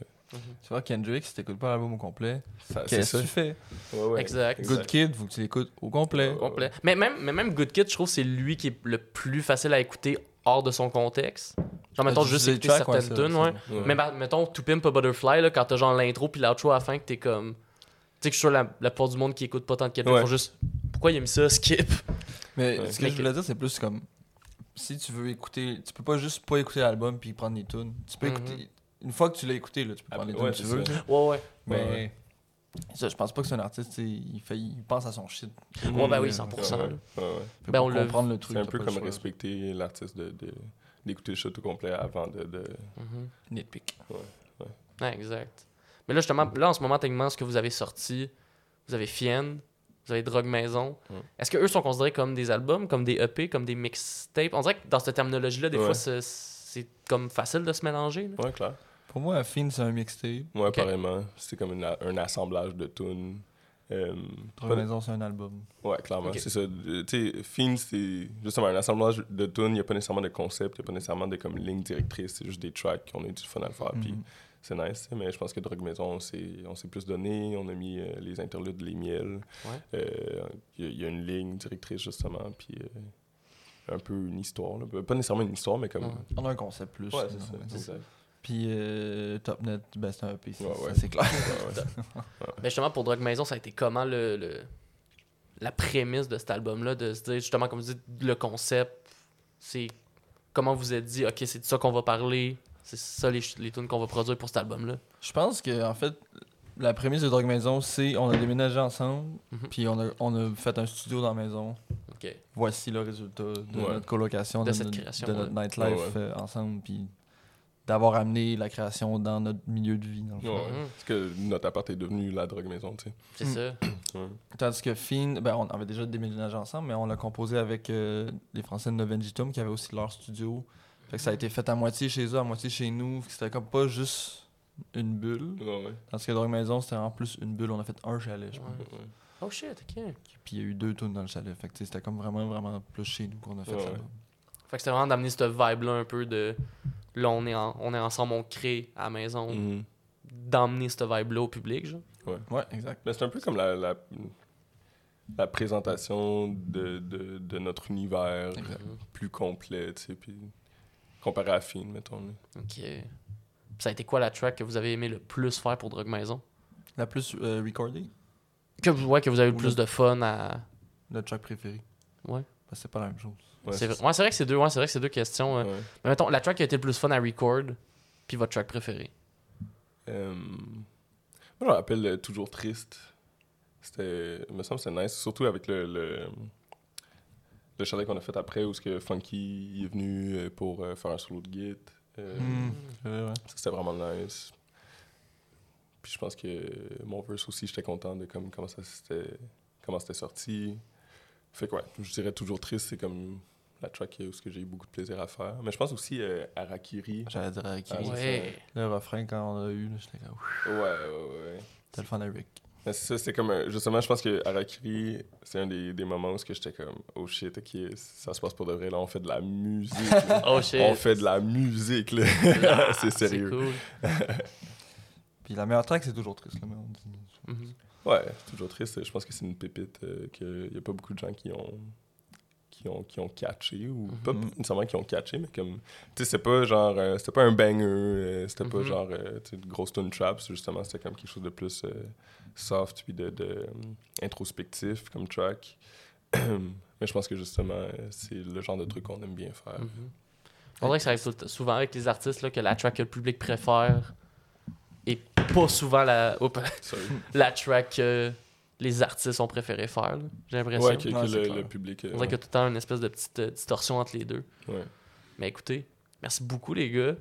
Speaker 3: Tu vois, Kendrick, si t'écoutes pas l'album au complet,
Speaker 2: ça- Ah, c'est
Speaker 3: qu'est-ce
Speaker 2: ça.
Speaker 3: que tu fais
Speaker 2: Ouais, ouais.
Speaker 1: euh, Exact.
Speaker 3: Good Kid, faut que tu l'écoutes au complet.
Speaker 1: complet. Mais même, mais même Good Kid, je trouve que c'est lui qui est le plus facile à écouter hors de son contexte. Genre, mettons,
Speaker 3: Je
Speaker 1: juste
Speaker 3: dis les
Speaker 1: écouter
Speaker 3: tracks, ouais,
Speaker 1: certaines
Speaker 3: ça,
Speaker 1: tunes,
Speaker 3: ça,
Speaker 1: ouais.
Speaker 3: ça.
Speaker 2: Ouais.
Speaker 1: Mais bah, mettons, To Pimp a Butterfly, là, quand t'as genre l'intro puis l'outro à la fin, que t'es comme. Tu sais que je suis sûr la, la plupart du monde qui écoute pas tant de Kendrick
Speaker 2: Ouais.
Speaker 1: font juste. Pourquoi il a mis ça, skip
Speaker 3: Mais
Speaker 2: Ouais.
Speaker 3: ce que
Speaker 1: Mais
Speaker 3: je
Speaker 1: que-
Speaker 3: voulais dire, c'est plus comme. Si tu veux écouter. Tu peux pas juste pas écouter l'album puis prendre des tunes. Tu peux
Speaker 1: Mhm.
Speaker 3: écouter. Une fois que tu l'as écouté, là, tu peux
Speaker 2: Après-
Speaker 3: prendre les
Speaker 2: Ah, ouais,
Speaker 3: tunes que tu
Speaker 2: c'est
Speaker 3: veux.
Speaker 2: ça.
Speaker 3: là.
Speaker 1: Ouais, ouais.
Speaker 3: Mais.
Speaker 2: Ouais,
Speaker 3: Ça, je pense pas que c'est un artiste, tu sais, il, fait, il pense à son shit.
Speaker 1: Ouais, ben oui,
Speaker 3: euh,
Speaker 1: 100%.
Speaker 2: Hmm.
Speaker 1: là.
Speaker 2: Ouais, ouais, ouais.
Speaker 3: Fait
Speaker 1: Ben,
Speaker 3: pour
Speaker 1: on le-
Speaker 3: comprendre le truc.
Speaker 2: C'est un
Speaker 3: t'as
Speaker 2: peu
Speaker 3: pas le
Speaker 2: comme
Speaker 3: choix.
Speaker 2: respecter l'artiste de, de- d'écouter le show tout complet avant de. de...
Speaker 1: Mhm.
Speaker 3: Nitpick.
Speaker 1: Ouais, exact. Mais là, justement, là, en ce moment, techniquement, ce que vous avez sorti, vous avez Fienne, vous avez Drogue Maison.
Speaker 2: Mm.
Speaker 1: Est-ce que eux sont considérés comme des albums, comme des EP, comme des mixtapes On dirait que dans cette terminologie-là, des
Speaker 2: Ouais.
Speaker 1: fois, c'est- c'est comme facile de se mélanger. là.
Speaker 2: Ouais, clair.
Speaker 3: Pour moi, Affine, c'est un mixtape.
Speaker 2: Ouais,
Speaker 1: Ok.
Speaker 2: apparemment. C'est comme une a- un assemblage de tunes. Euh,
Speaker 3: Trois
Speaker 2: pas-
Speaker 3: maisons, c'est un album.
Speaker 2: ouais, clairement,
Speaker 1: Ok.
Speaker 2: c'est ça. Euh, Tu sais, Fiend, c'est justement un assemblage de tunes. Il n'y a pas nécessairement de concept, il n'y a pas nécessairement de comme, ligne directrice. C'est juste des tracks qu'on a eu du fun à le faire. Puis
Speaker 3: Mhm.
Speaker 2: c'est nice, mais je pense que Drogue Maison, on s'est on s'est plus donné. On a mis euh, les interludes, les miels.
Speaker 1: Ouais.
Speaker 2: Euh, Il y, a- il y a une ligne directrice, justement. Puis euh, un peu une histoire. là. Pas nécessairement une histoire, mais comme.
Speaker 1: Ouais.
Speaker 2: Ouais,
Speaker 3: On a un concept plus.
Speaker 2: c'est
Speaker 3: sinon,
Speaker 2: ça.
Speaker 3: mais
Speaker 2: exact.
Speaker 3: Puis euh, Topnet, ben, c'est un EP, ça,
Speaker 2: Ouais,
Speaker 3: ça,
Speaker 2: ouais.
Speaker 3: c'est clair.
Speaker 2: Ouais, ouais. [LAUGHS]
Speaker 1: Ben justement, pour Drogue Maison, ça a été comment le, le- la prémisse de cet album-là, de se dire, justement, comme vous dites, le concept, c'est comment vous vous êtes dit, OK, c'est de ça qu'on va parler, c'est ça les, ch- les tunes qu'on va produire pour cet album-là.
Speaker 3: Je pense que en fait, la prémisse de Drogue Maison, c'est on a déménagé ensemble,
Speaker 1: Mhm.
Speaker 3: puis on a, on a fait un studio dans la maison.
Speaker 1: OK.
Speaker 3: Voici le résultat de
Speaker 2: Ouais.
Speaker 3: notre colocation,
Speaker 1: De cette
Speaker 3: notre-
Speaker 1: création,
Speaker 3: de notre nightlife
Speaker 2: Ouais, ouais.
Speaker 3: euh, ensemble, puis d'avoir amené la création dans notre milieu de vie. dans le fond.
Speaker 2: Ouais, ouais.
Speaker 1: Mhm.
Speaker 2: Parce que notre appart est devenu la Drogue Maison, tu sais.
Speaker 1: C'est
Speaker 3: Mm.
Speaker 1: ça.
Speaker 2: Ouais.
Speaker 3: Tandis que Finn, ben, on avait déjà déménagé ensemble, mais on l'a composé avec euh, les Français de Novengitum qui avaient aussi leur studio. Fait que ça a été fait à moitié chez eux, à moitié chez nous. Fait que C'était comme pas juste une bulle.
Speaker 2: Ouais, ouais.
Speaker 3: Tandis que Drogue Maison, c'était en plus une bulle. On a fait un chalet, je pense.
Speaker 1: Ouais.
Speaker 2: Ouais.
Speaker 1: Oh shit, OK.
Speaker 3: Puis il y a eu deux tunes dans le chalet. Fait que tu sais, c'était comme vraiment, vraiment plus chez nous qu'on a fait
Speaker 2: Ouais,
Speaker 3: ça.
Speaker 2: ouais.
Speaker 1: Fait que c'était vraiment d'amener cette vibe-là un peu de. Là, on est, en- on est ensemble, on crée à la maison.
Speaker 2: Mhm.
Speaker 1: D'emmener cette vibe-là au public, genre.
Speaker 3: Ouais, exact.
Speaker 2: Mais c'est un peu comme la, la, la présentation de, de, de notre univers
Speaker 3: Exact.
Speaker 1: Mm.
Speaker 2: plus complet, tu sais, puis comparé à Finn, mettons. là.
Speaker 1: OK. euh, Ça a été quoi la track que vous avez aimé le plus faire pour Drogue Maison
Speaker 3: La plus euh, recordée,
Speaker 1: que vous, ouais, que vous avez eu le
Speaker 3: Ou
Speaker 1: plus
Speaker 3: le-
Speaker 1: de fun à.
Speaker 3: notre track préféré.
Speaker 1: Ouais.
Speaker 3: Parce que c'est pas la même chose.
Speaker 2: Ouais,
Speaker 1: c'est vrai. Ouais, c'est vrai que c'est deux, ouais, c'est vrai que c'est deux questions. euh.
Speaker 2: Ouais.
Speaker 1: Mais mettons, la track qui a été le plus fun à record, puis votre track préférée.
Speaker 2: Euh, moi, je me rappelle euh, Toujours Triste. C'était, il me semble que c'était nice, surtout avec le, le, le chalet qu'on a fait après, où ce que Funky est venu euh, pour euh, faire un solo de git. Euh,
Speaker 3: Mm. Ouais, ouais.
Speaker 2: Ça, C'était vraiment nice. Puis je pense que mon verse aussi, j'étais content de comme, comment ça s'était comment c'était sorti. Fait que ouais, je dirais toujours triste, c'est comme la track où ce que j'ai eu beaucoup de plaisir à faire. Mais je pense aussi euh, Arakiri.
Speaker 3: J'allais dire euh, à qui.
Speaker 2: Ah,
Speaker 1: ouais.
Speaker 3: Le refrain, quand on l'a eu, là, j'étais comme, ouf,
Speaker 2: Ouais, ouais, ouais.
Speaker 3: t'as le fun à Rick.
Speaker 2: Mais c'est ça, c'est comme un- justement, je pense que Arakiri, c'est un des, des moments où ce que j'étais comme oh shit, ok, ça se passe pour de vrai là, on fait de la musique.
Speaker 1: [LAUGHS]
Speaker 2: là.
Speaker 1: Oh shit.
Speaker 2: on fait de la musique là. [LAUGHS] c'est sérieux.
Speaker 1: cool.
Speaker 3: Puis la meilleure track, c'est toujours triste, là, mais on dit.
Speaker 1: Mhm.
Speaker 2: Ouais, c'est toujours triste. Je pense que c'est une pépite euh, que qu'il y a pas beaucoup de gens qui ont qui ont qui ont catché ou pas
Speaker 3: Mhm.
Speaker 2: nécessairement qui ont catché mais comme tu sais c'est pas genre euh, c'était pas un banger, euh, c'était pas
Speaker 1: Mhm.
Speaker 2: genre euh, tu sais, une grosse tune trap, c'est justement c'était comme quelque chose de plus euh, soft puis de, de, euh, introspectif comme track. [CLEARS THROAT] mais je pense que justement euh, c'est le genre de truc qu'on aime bien faire.
Speaker 1: Mhm. On dirait que ça arrive tout le temps- souvent avec les artistes là, que la track que le public préfère et pas souvent la, oups, [LAUGHS]
Speaker 2: Sorry.
Speaker 1: la track que les artistes ont préféré faire. là. J'ai l'impression.
Speaker 2: Ouais, que, que
Speaker 3: Ouais, c'est
Speaker 2: le,
Speaker 3: clair.
Speaker 2: le public euh,
Speaker 1: On dirait qu'il y a tout le temps une espèce de petite euh, distorsion entre les deux.
Speaker 2: ouais.
Speaker 1: Mais écoutez, merci beaucoup les gars.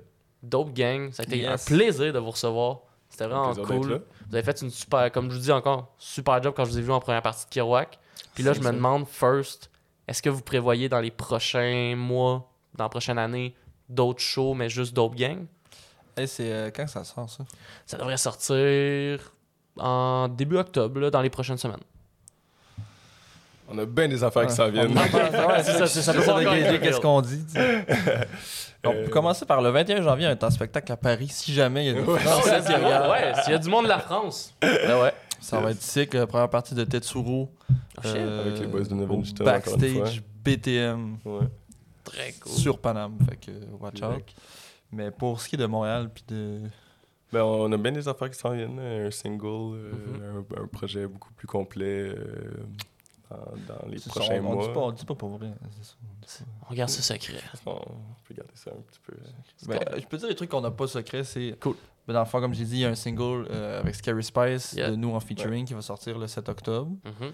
Speaker 1: Dope gang, ça a été
Speaker 3: Yes.
Speaker 1: un plaisir de vous recevoir. C'était vraiment
Speaker 2: Plaisir d'être là.
Speaker 1: cool. Vous avez fait une super, comme je vous dis encore, super job quand je vous ai vu en première partie de Kirouac. Puis là,
Speaker 3: C'est
Speaker 1: je me
Speaker 3: ça.
Speaker 1: demande, first, est-ce que vous prévoyez dans les prochains mois, dans la prochaine année, d'autres shows, mais juste Dope gang?
Speaker 3: Hey, c'est euh, quand ça sort, ça
Speaker 1: Ça devrait sortir en début octobre, là, dans les prochaines semaines.
Speaker 2: On a bien des affaires qui s'en viennent.
Speaker 3: Ouais, ouais,
Speaker 1: C'est ça, c'est ça,
Speaker 3: j'essaie
Speaker 1: peut pas
Speaker 3: de
Speaker 1: encore
Speaker 3: gager
Speaker 1: être
Speaker 3: Qu'est-ce qu'on dit tu sais. On peut
Speaker 2: Euh,
Speaker 3: commencer par le 21 janvier, on est en spectacle à Paris, si jamais il y a des
Speaker 2: Ouais.
Speaker 1: Ouais,
Speaker 3: Français qui
Speaker 1: s'il y a-
Speaker 3: regardent.
Speaker 1: ouais, s'il y a du monde de la France.
Speaker 3: Ben ouais, ça va être sick. euh, première partie de Tetsuro.
Speaker 1: Oh, shit.
Speaker 3: euh,
Speaker 2: Avec les boys de
Speaker 3: au
Speaker 2: Neven Gitum, encore une
Speaker 3: Backstage, BTM,
Speaker 2: Ouais.
Speaker 1: Très cool.
Speaker 3: sur Paname. Fait que euh, watch out. Mais pour ce qui est de Montréal, puis de.
Speaker 2: Ben, on a bien des affaires qui s'en viennent. Un single, euh,
Speaker 1: Mhm.
Speaker 2: un, un projet beaucoup plus complet euh, dans, dans les
Speaker 3: C'est ça,
Speaker 2: prochains
Speaker 3: on, on
Speaker 2: mois.
Speaker 3: dit pas, on dit pas pour vrai. hein, c'est ça, on dit pas.
Speaker 1: On garde ce secret.
Speaker 2: On peut garder ça un petit peu. euh,
Speaker 1: C'est
Speaker 3: Ben,
Speaker 1: correct.
Speaker 3: je peux dire des trucs qu'on n'a pas secret, c'est
Speaker 1: Cool.
Speaker 3: Mais dans le fond, comme j'ai dit, il y a un single euh, avec Scary Spice
Speaker 1: Yeah.
Speaker 3: de nous en featuring qui va sortir le 7 octobre.
Speaker 1: Mhm.
Speaker 3: Puis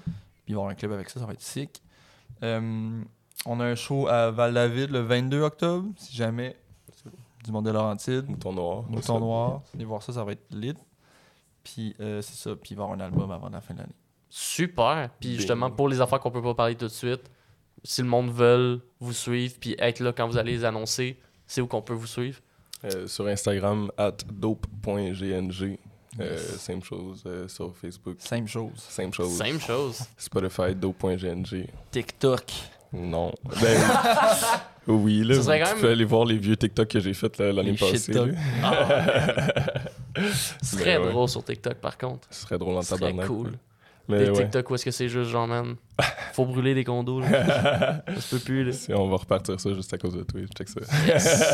Speaker 3: ils vont avoir un clip avec ça, ça va être sick. Euh, on a un show à Val-David le 22 octobre, si jamais. Du monde de Laurentide.
Speaker 2: Mouton noir.
Speaker 3: Mouton noir. Venez voir ça, ça va être lit. Puis euh, c'est ça. Puis il va y avoir un album avant la fin de l'année.
Speaker 1: Super. Puis
Speaker 2: Bing.
Speaker 1: justement, pour les affaires qu'on peut pas parler tout de suite, si le monde veut vous suivre puis être là quand vous allez les annoncer, c'est où qu'on peut vous suivre.
Speaker 2: Euh, sur Instagram, at dope.gng. Euh,
Speaker 3: Yes.
Speaker 2: Same chose. euh, sur Facebook,
Speaker 3: Same chose.
Speaker 2: same chose.
Speaker 1: Same chose.
Speaker 2: [LAUGHS] Spotify, dope.gng.
Speaker 3: TikTok.
Speaker 2: Non. Ben, oui, là.
Speaker 1: Ce serait
Speaker 2: tu
Speaker 1: quand même-
Speaker 2: peux aller voir les vieux TikTok que j'ai fait là, l'année
Speaker 3: Les shit
Speaker 2: passée.
Speaker 3: talk.
Speaker 2: là.
Speaker 1: Ah C'est
Speaker 2: Mais
Speaker 1: très
Speaker 2: Ben ouais.
Speaker 1: drôle sur TikTok par contre.
Speaker 2: [LAUGHS] Ce serait drôle en
Speaker 1: C'est
Speaker 2: tabarnak.
Speaker 1: cool.
Speaker 2: Mais
Speaker 1: Des
Speaker 2: ouais.
Speaker 1: TikTok où est-ce que c'est juste genre,
Speaker 2: [LAUGHS]
Speaker 1: man, faut brûler des condos. Là. Ça se peut plus, là.
Speaker 2: Si on va repartir ça juste à cause de Twitch, check ça.
Speaker 1: Yes.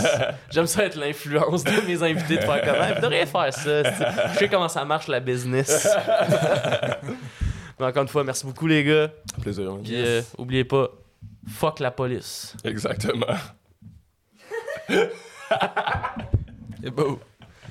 Speaker 1: J'aime ça être l'influence de mes invités de faire comment. Vous devriez faire ça. c'est- Je sais comment ça marche la
Speaker 2: [LAUGHS]
Speaker 1: business. Mais encore une fois, merci beaucoup les gars.
Speaker 2: Plaisir. man.
Speaker 1: Puis euh, oubliez pas, fuck la police.
Speaker 2: Exactement.
Speaker 3: C'est beau.